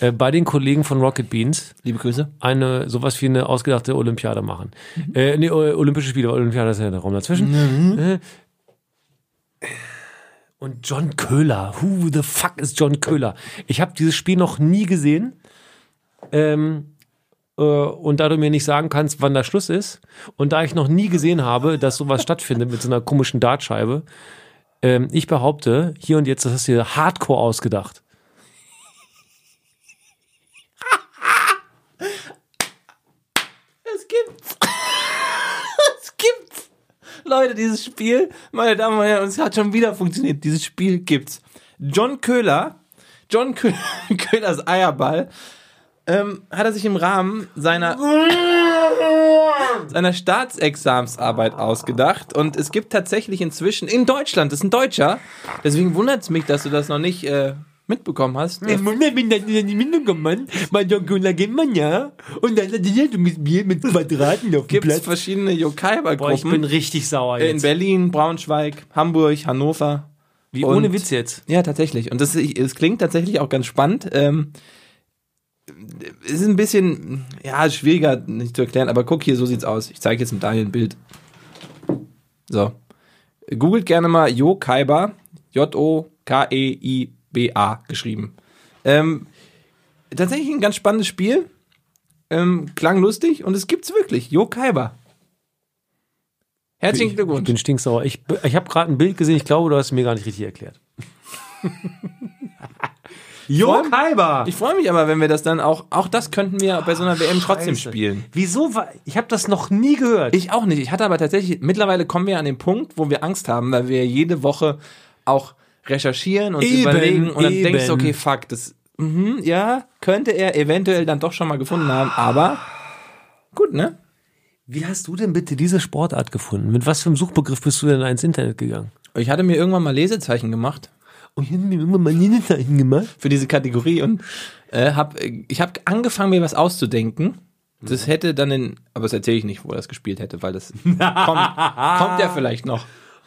[SPEAKER 1] äh, bei den Kollegen von Rocket Beans
[SPEAKER 2] Liebe Grüße. Mhm.
[SPEAKER 1] eine sowas wie eine ausgedachte Olympiade machen. Äh, nee, O- Olympische Spiele, weil Olympiade ist ja der Raum dazwischen. Äh, Und John Köhler. Who the fuck is John Köhler? Ich habe dieses Spiel noch nie gesehen. Ähm, äh, und da du mir nicht sagen kannst, wann der Schluss ist, und da ich noch nie gesehen habe, dass sowas stattfindet mit so einer komischen Dartscheibe, ähm, ich behaupte, hier und jetzt, das hast du dir hardcore ausgedacht.
[SPEAKER 2] Es gibt's. (laughs) es gibt's. Leute, dieses Spiel, meine Damen und Herren, es hat schon wieder funktioniert. Dieses Spiel gibt's. John Köhler, John Kö (laughs) Köhlers Eierball, ähm, hat er sich im Rahmen seiner, seiner Staatsexamensarbeit ausgedacht. Und es gibt tatsächlich inzwischen in Deutschland, das ist ein Deutscher, deswegen wundert's mich, dass du das noch nicht äh, mitbekommen hast. Der
[SPEAKER 1] Moment, bin dann in die Windung gemeint, bei John Köhler geht man ja. Und dann hat er gespielt mit Quadraten auf
[SPEAKER 2] gibt's verschiedene
[SPEAKER 1] Boah, ich bin
[SPEAKER 2] Yokaiba-Gruppen.
[SPEAKER 1] richtig sauer
[SPEAKER 2] In
[SPEAKER 1] jetzt.
[SPEAKER 2] Berlin, Braunschweig, Hamburg, Hannover.
[SPEAKER 1] Wie,
[SPEAKER 2] und-
[SPEAKER 1] ohne Witz jetzt.
[SPEAKER 2] Ja, tatsächlich. Und das, es klingt tatsächlich auch ganz spannend. Ähm, es ist ein bisschen, ja, schwieriger nicht zu erklären, aber guck hier, so sieht's aus. Ich zeige jetzt mit Daniel ein Bild. So. Googelt gerne mal Jo Kaiba, E J-O-K-E-I-B-A geschrieben. Ähm, tatsächlich ein ganz spannendes Spiel. Ähm, klang lustig und es gibt's wirklich. Jo Kaiba. Herzlichen
[SPEAKER 1] Ich
[SPEAKER 2] Glückwunsch.
[SPEAKER 1] bin stinksauer. Ich, ich habe gerade ein Bild gesehen, ich glaube, du hast es mir gar nicht richtig erklärt. jo
[SPEAKER 2] Vor allem-
[SPEAKER 1] Kaiber!
[SPEAKER 2] Ich freue mich aber, wenn wir das dann auch, auch das könnten wir bei so einer WM trotzdem
[SPEAKER 1] Scheiße.
[SPEAKER 2] spielen.
[SPEAKER 1] Wieso? war- Ich habe das noch nie gehört.
[SPEAKER 2] Ich auch nicht. Ich hatte aber tatsächlich, mittlerweile kommen wir an den Punkt, wo wir Angst haben, weil wir jede Woche auch recherchieren und
[SPEAKER 1] Eben,
[SPEAKER 2] überlegen und dann denkst du,
[SPEAKER 1] eben.
[SPEAKER 2] okay, fuck, das, mhm, ja, könnte er eventuell dann doch schon mal gefunden haben, aber gut, ne?
[SPEAKER 1] Wie hast du denn bitte diese Sportart gefunden? Mit was für einem Suchbegriff bist du denn ins Internet gegangen?
[SPEAKER 2] Ich hatte mir irgendwann mal Lesezeichen gemacht
[SPEAKER 1] Und ich habe mir immer mal Niederzeichen gemacht.
[SPEAKER 2] für diese Kategorie und äh, hab, äh, ich habe angefangen, mir was auszudenken.
[SPEAKER 1] Mhm.
[SPEAKER 2] Das hätte dann in, aber das erzähle ich nicht, wo er das gespielt hätte, weil das kommt, kommt ja vielleicht noch.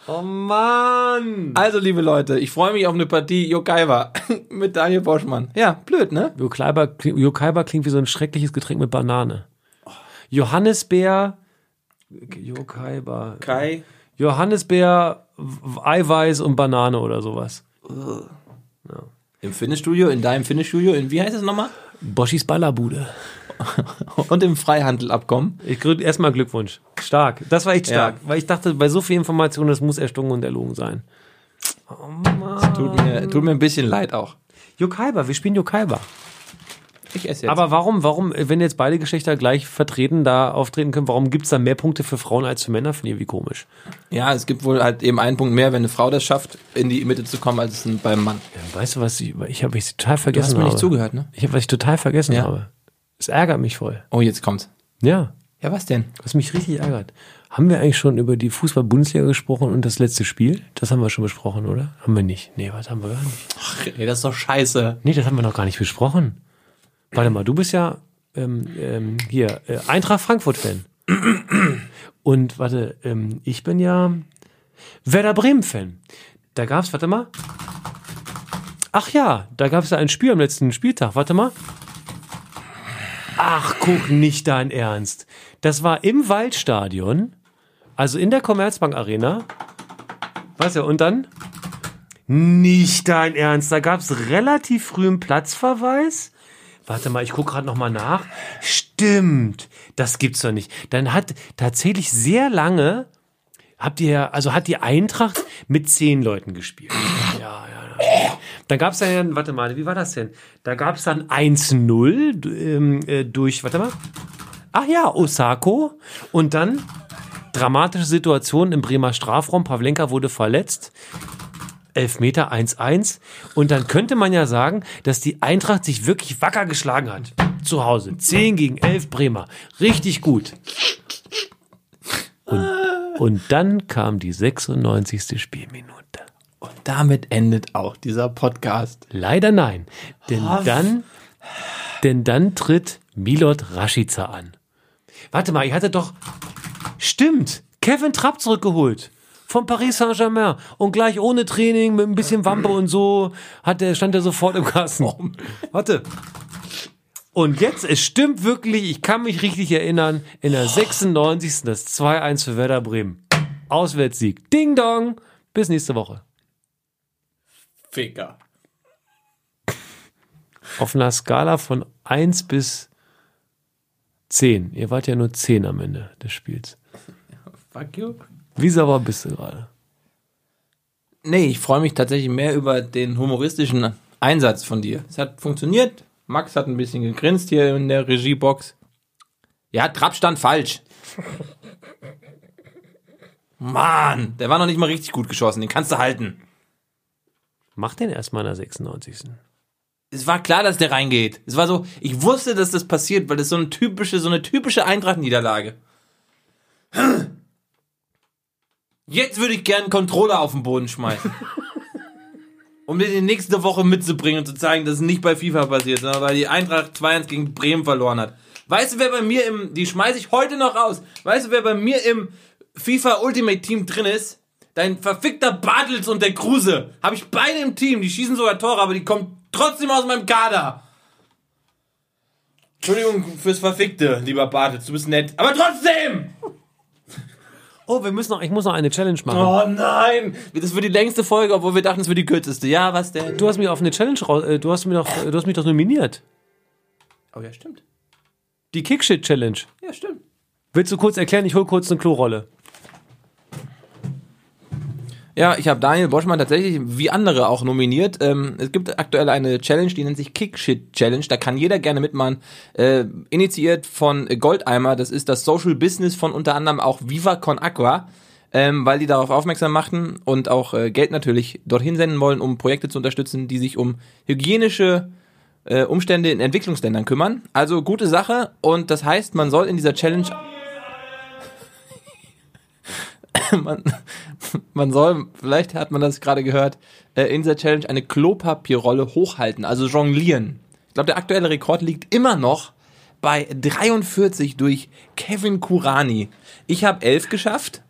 [SPEAKER 1] Oh Mann!
[SPEAKER 2] Also, liebe Leute, ich freue mich auf eine Partie Jokaiwa (laughs) mit Daniel Boschmann. Ja, blöd, ne?
[SPEAKER 1] Jokaiba, Jokaiba klingt wie so ein schreckliches Getränk mit Banane. Johannisbeer. Jokaiba.
[SPEAKER 2] Kai.
[SPEAKER 1] Johannisbeer, W- Eiweiß und Banane oder sowas.
[SPEAKER 2] Im Fitnessstudio, in deinem Fitnessstudio, in wie heißt es nochmal?
[SPEAKER 1] Boschis Ballerbude.
[SPEAKER 2] und im Freihandelabkommen.
[SPEAKER 1] Ich grüße erstmal Glückwunsch. Stark. Das war echt stark, weil ich dachte, bei so viel Information, das muss erstungen und erlogen sein.
[SPEAKER 2] Tut mir, tut mir ein bisschen leid auch.
[SPEAKER 1] Jokaiba, wir spielen Jokaiba.
[SPEAKER 2] Ich esse jetzt.
[SPEAKER 1] Aber warum, warum, wenn jetzt beide Geschlechter gleich vertreten da auftreten können, warum gibt es da mehr Punkte für Frauen als für Männer? Finde ich wie komisch.
[SPEAKER 2] ja, es gibt wohl halt eben einen Punkt mehr, wenn eine Frau das schafft, in die Mitte zu kommen, als es beim Mann.
[SPEAKER 1] Weißt du, was ich, ich habe ich total vergessen
[SPEAKER 2] hast mir nicht
[SPEAKER 1] habe.
[SPEAKER 2] zugehört, ne?
[SPEAKER 1] Ich habe, was ich total vergessen
[SPEAKER 2] Ja.
[SPEAKER 1] habe. Es ärgert mich voll.
[SPEAKER 2] Oh, jetzt kommt's.
[SPEAKER 1] Ja,
[SPEAKER 2] Ja, was denn?
[SPEAKER 1] was mich richtig ärgert. Haben wir eigentlich schon über die Fußball-Bundesliga gesprochen und das letzte Spiel? Das haben wir schon besprochen, oder? Haben wir nicht. Nee, was haben wir gar nicht?
[SPEAKER 2] Nee, das ist doch scheiße.
[SPEAKER 1] Nee, das haben wir noch gar nicht besprochen. Warte mal, du bist ja ähm, ähm, hier äh, Eintracht Frankfurt-Fan. Und warte, ähm, ich bin ja Werder Bremen-Fan. Da gab's, warte mal. Ach ja, da gab's ja ein Spiel am letzten Spieltag. Warte mal. Ach, guck nicht dein Ernst. Das war im Waldstadion, also in der Commerzbank Arena. Was ja, und dann? Nicht dein Ernst. Da gab's relativ früh einen Platzverweis. Warte mal, ich gucke gerade nochmal nach. Stimmt, das gibt's doch nicht. Dann hat tatsächlich sehr lange, habt ihr, also hat die Eintracht mit zehn Leuten gespielt. Ja, ja, ja. Dann gab's dann, warte mal, wie war das denn? Da gab's dann 1-0 ähm, äh, durch, warte mal. Ach ja, Osako. Und dann dramatische Situation im Bremer Strafraum. Pavlenka wurde verletzt. Elfmeter 1-1. Und dann könnte man ja sagen, dass die Eintracht sich wirklich wacker geschlagen hat. Zu Hause. 10 gegen 11 Bremer. Richtig gut. Und, und dann kam die 96. Spielminute.
[SPEAKER 2] Und damit endet auch dieser Podcast.
[SPEAKER 1] Leider nein. Denn dann, denn dann tritt Milot Rashica an. Warte mal, ich hatte doch. Stimmt, Kevin Trapp zurückgeholt. Von Paris Saint-Germain. Und gleich ohne Training, mit ein bisschen Wampe und so, hat der, stand er sofort im Kasten. Warte. Und jetzt, es stimmt wirklich, ich kann mich richtig erinnern, in der 96. das 2-1 für Werder Bremen. Auswärtssieg. Ding dong. Bis nächste Woche.
[SPEAKER 2] Ficker.
[SPEAKER 1] auf einer Skala von 1 bis 10. Ihr wart ja nur 10 am Ende des Spiels.
[SPEAKER 2] Fuck you.
[SPEAKER 1] Wie sauer bist du gerade?
[SPEAKER 2] Nee, ich freue mich tatsächlich mehr über den humoristischen Einsatz von dir. Es hat funktioniert. Max hat ein bisschen gegrinst hier in der Regiebox. Ja, Trapp stand falsch. Mann, der war noch nicht mal richtig gut geschossen. Den kannst du halten.
[SPEAKER 1] Mach den erstmal in der 96.
[SPEAKER 2] Es war klar, dass der reingeht. Es war so, ich wusste, dass das passiert, weil das so eine typische, so eine typische Eintracht-Niederlage. Jetzt würde ich gerne einen Controller auf den Boden schmeißen. um den die nächste Woche mitzubringen und zu zeigen, dass es nicht bei FIFA passiert, sondern weil die Eintracht 2-1 gegen Bremen verloren hat. Weißt du, wer bei mir im, die schmeiße ich heute noch raus. Weißt du, wer bei mir im FIFA Ultimate Team drin ist? Dein verfickter Bartels und der Kruse. Habe ich beide im Team. Die schießen sogar Tore, aber die kommen trotzdem aus meinem Kader. Entschuldigung fürs Verfickte, lieber Bartels. Du bist nett. Aber trotzdem!
[SPEAKER 1] Oh, wir müssen noch, ich muss noch eine Challenge machen.
[SPEAKER 2] Oh nein! Das wird die längste Folge, obwohl wir dachten, es wird die kürzeste. Ja, was denn?
[SPEAKER 1] Du hast mich auf eine Challenge raus, äh, du hast mich doch, äh, du hast mich doch nominiert.
[SPEAKER 2] Oh ja, stimmt.
[SPEAKER 1] Die Kickshit Challenge.
[SPEAKER 2] Ja, stimmt.
[SPEAKER 1] Willst du kurz erklären? Ich hol kurz eine Klorolle.
[SPEAKER 2] Ja, ich habe Daniel Boschmann tatsächlich wie andere auch nominiert. Ähm, es gibt aktuell eine Challenge, die nennt sich Kickshit Challenge. Da kann jeder gerne mitmachen. Äh, initiiert von Goldeimer. Das ist das Social Business von unter anderem auch Viva Con Aqua. Ähm, weil die darauf aufmerksam machten und auch äh, Geld natürlich dorthin senden wollen, um Projekte zu unterstützen, die sich um hygienische äh, Umstände in Entwicklungsländern kümmern. Also gute Sache und das heißt, man soll in dieser Challenge man, man soll, vielleicht hat man das gerade gehört, äh, in dieser Challenge eine Klopapierrolle hochhalten, also jonglieren. Ich glaube, der aktuelle Rekord liegt immer noch bei 43 durch Kevin Kurani. Ich habe 11 geschafft.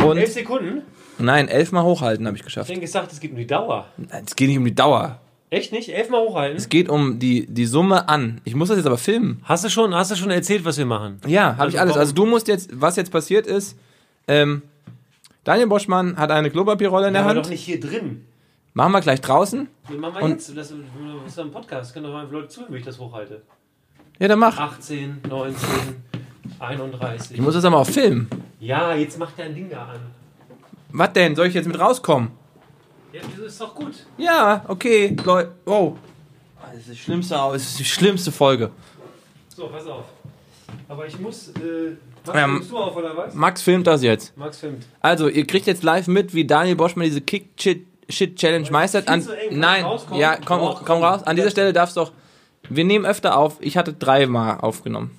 [SPEAKER 2] Und
[SPEAKER 1] Sekunden?
[SPEAKER 2] nein, 11 mal hochhalten habe ich geschafft.
[SPEAKER 1] denke, gesagt, es geht um die Dauer.
[SPEAKER 2] Es geht nicht um die Dauer.
[SPEAKER 1] Echt nicht? Elfmal hochhalten?
[SPEAKER 2] Es geht um die, die Summe an. Ich muss das jetzt aber filmen.
[SPEAKER 1] Hast du schon, hast du schon erzählt, was wir machen?
[SPEAKER 2] Ja, habe ich alles.
[SPEAKER 1] warum-
[SPEAKER 2] Also du musst jetzt, was jetzt passiert ist, ähm, Daniel Boschmann hat eine Klopapierrolle in der Hand.
[SPEAKER 1] nicht hier drin.
[SPEAKER 2] Machen wir gleich draußen.
[SPEAKER 1] Wir machen mal
[SPEAKER 2] Und-
[SPEAKER 1] jetzt. Das ist ein Podcast. Können doch mal Leute zuhören, wie ich das hochhalte.
[SPEAKER 2] Ja, dann mach.
[SPEAKER 1] 18, 19, 31.
[SPEAKER 2] Ich muss das aber auch filmen.
[SPEAKER 1] ja, jetzt macht dein Ding da an.
[SPEAKER 2] Was denn? Soll ich jetzt mit rauskommen?
[SPEAKER 1] Ja, wieso ist doch gut.
[SPEAKER 2] Ja, okay, Leute. Wow. Das ist die schlimmste, Au- das ist die schlimmste Folge.
[SPEAKER 1] So, pass auf. Aber ich muss. Äh, Max,
[SPEAKER 2] Ähm,
[SPEAKER 1] nimmst du auf, oder was?
[SPEAKER 2] Max filmt das jetzt.
[SPEAKER 1] Max filmt.
[SPEAKER 2] Also, ihr kriegt jetzt live mit, wie Daniel Boschmann diese Kick-Shit-Challenge meistert.
[SPEAKER 1] viel
[SPEAKER 2] An,
[SPEAKER 1] zu eng, komm
[SPEAKER 2] nein,
[SPEAKER 1] raus, komm.
[SPEAKER 2] ja, komm,
[SPEAKER 1] Raus,
[SPEAKER 2] komm
[SPEAKER 1] komm.
[SPEAKER 2] raus. An dieser Stelle darfst du auch. Wir nehmen öfter auf. Ich hatte dreimal aufgenommen.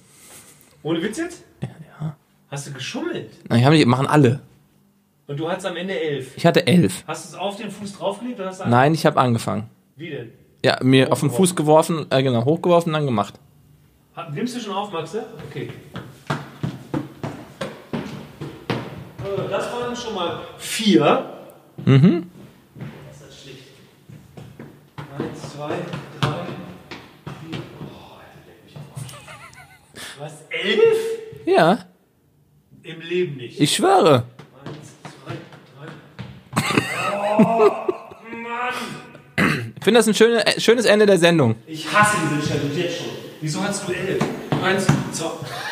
[SPEAKER 1] Ohne Witz jetzt? Ja, Hast du geschummelt?
[SPEAKER 2] Nein, ich hab nicht, machen alle.
[SPEAKER 1] Und du hattest am Ende elf.
[SPEAKER 2] Ich hatte elf.
[SPEAKER 1] Hast du es auf den Fuß draufgelegt oder hast du
[SPEAKER 2] Nein, ich habe angefangen.
[SPEAKER 1] Wie denn?
[SPEAKER 2] Ja, mir auf den Fuß geworfen, äh, genau, hochgeworfen, dann gemacht.
[SPEAKER 1] Ha- Nimmst du schon auf, Maxe? Okay. Äh, Das waren schon mal vier. Mhm. Das ist schlicht. Eins, zwei, drei, vier. Oh, Alter, leck mich am Arsch. Du hast elf?
[SPEAKER 2] Ja,
[SPEAKER 1] Im Leben nicht.
[SPEAKER 2] ich schwöre.
[SPEAKER 1] Eins, zwei, drei.
[SPEAKER 2] Ich finde das ein schöne, äh, schönes Ende der Sendung.
[SPEAKER 1] Ich hasse diese Challenge jetzt schon. Wieso hast du elf? Eins, zwei.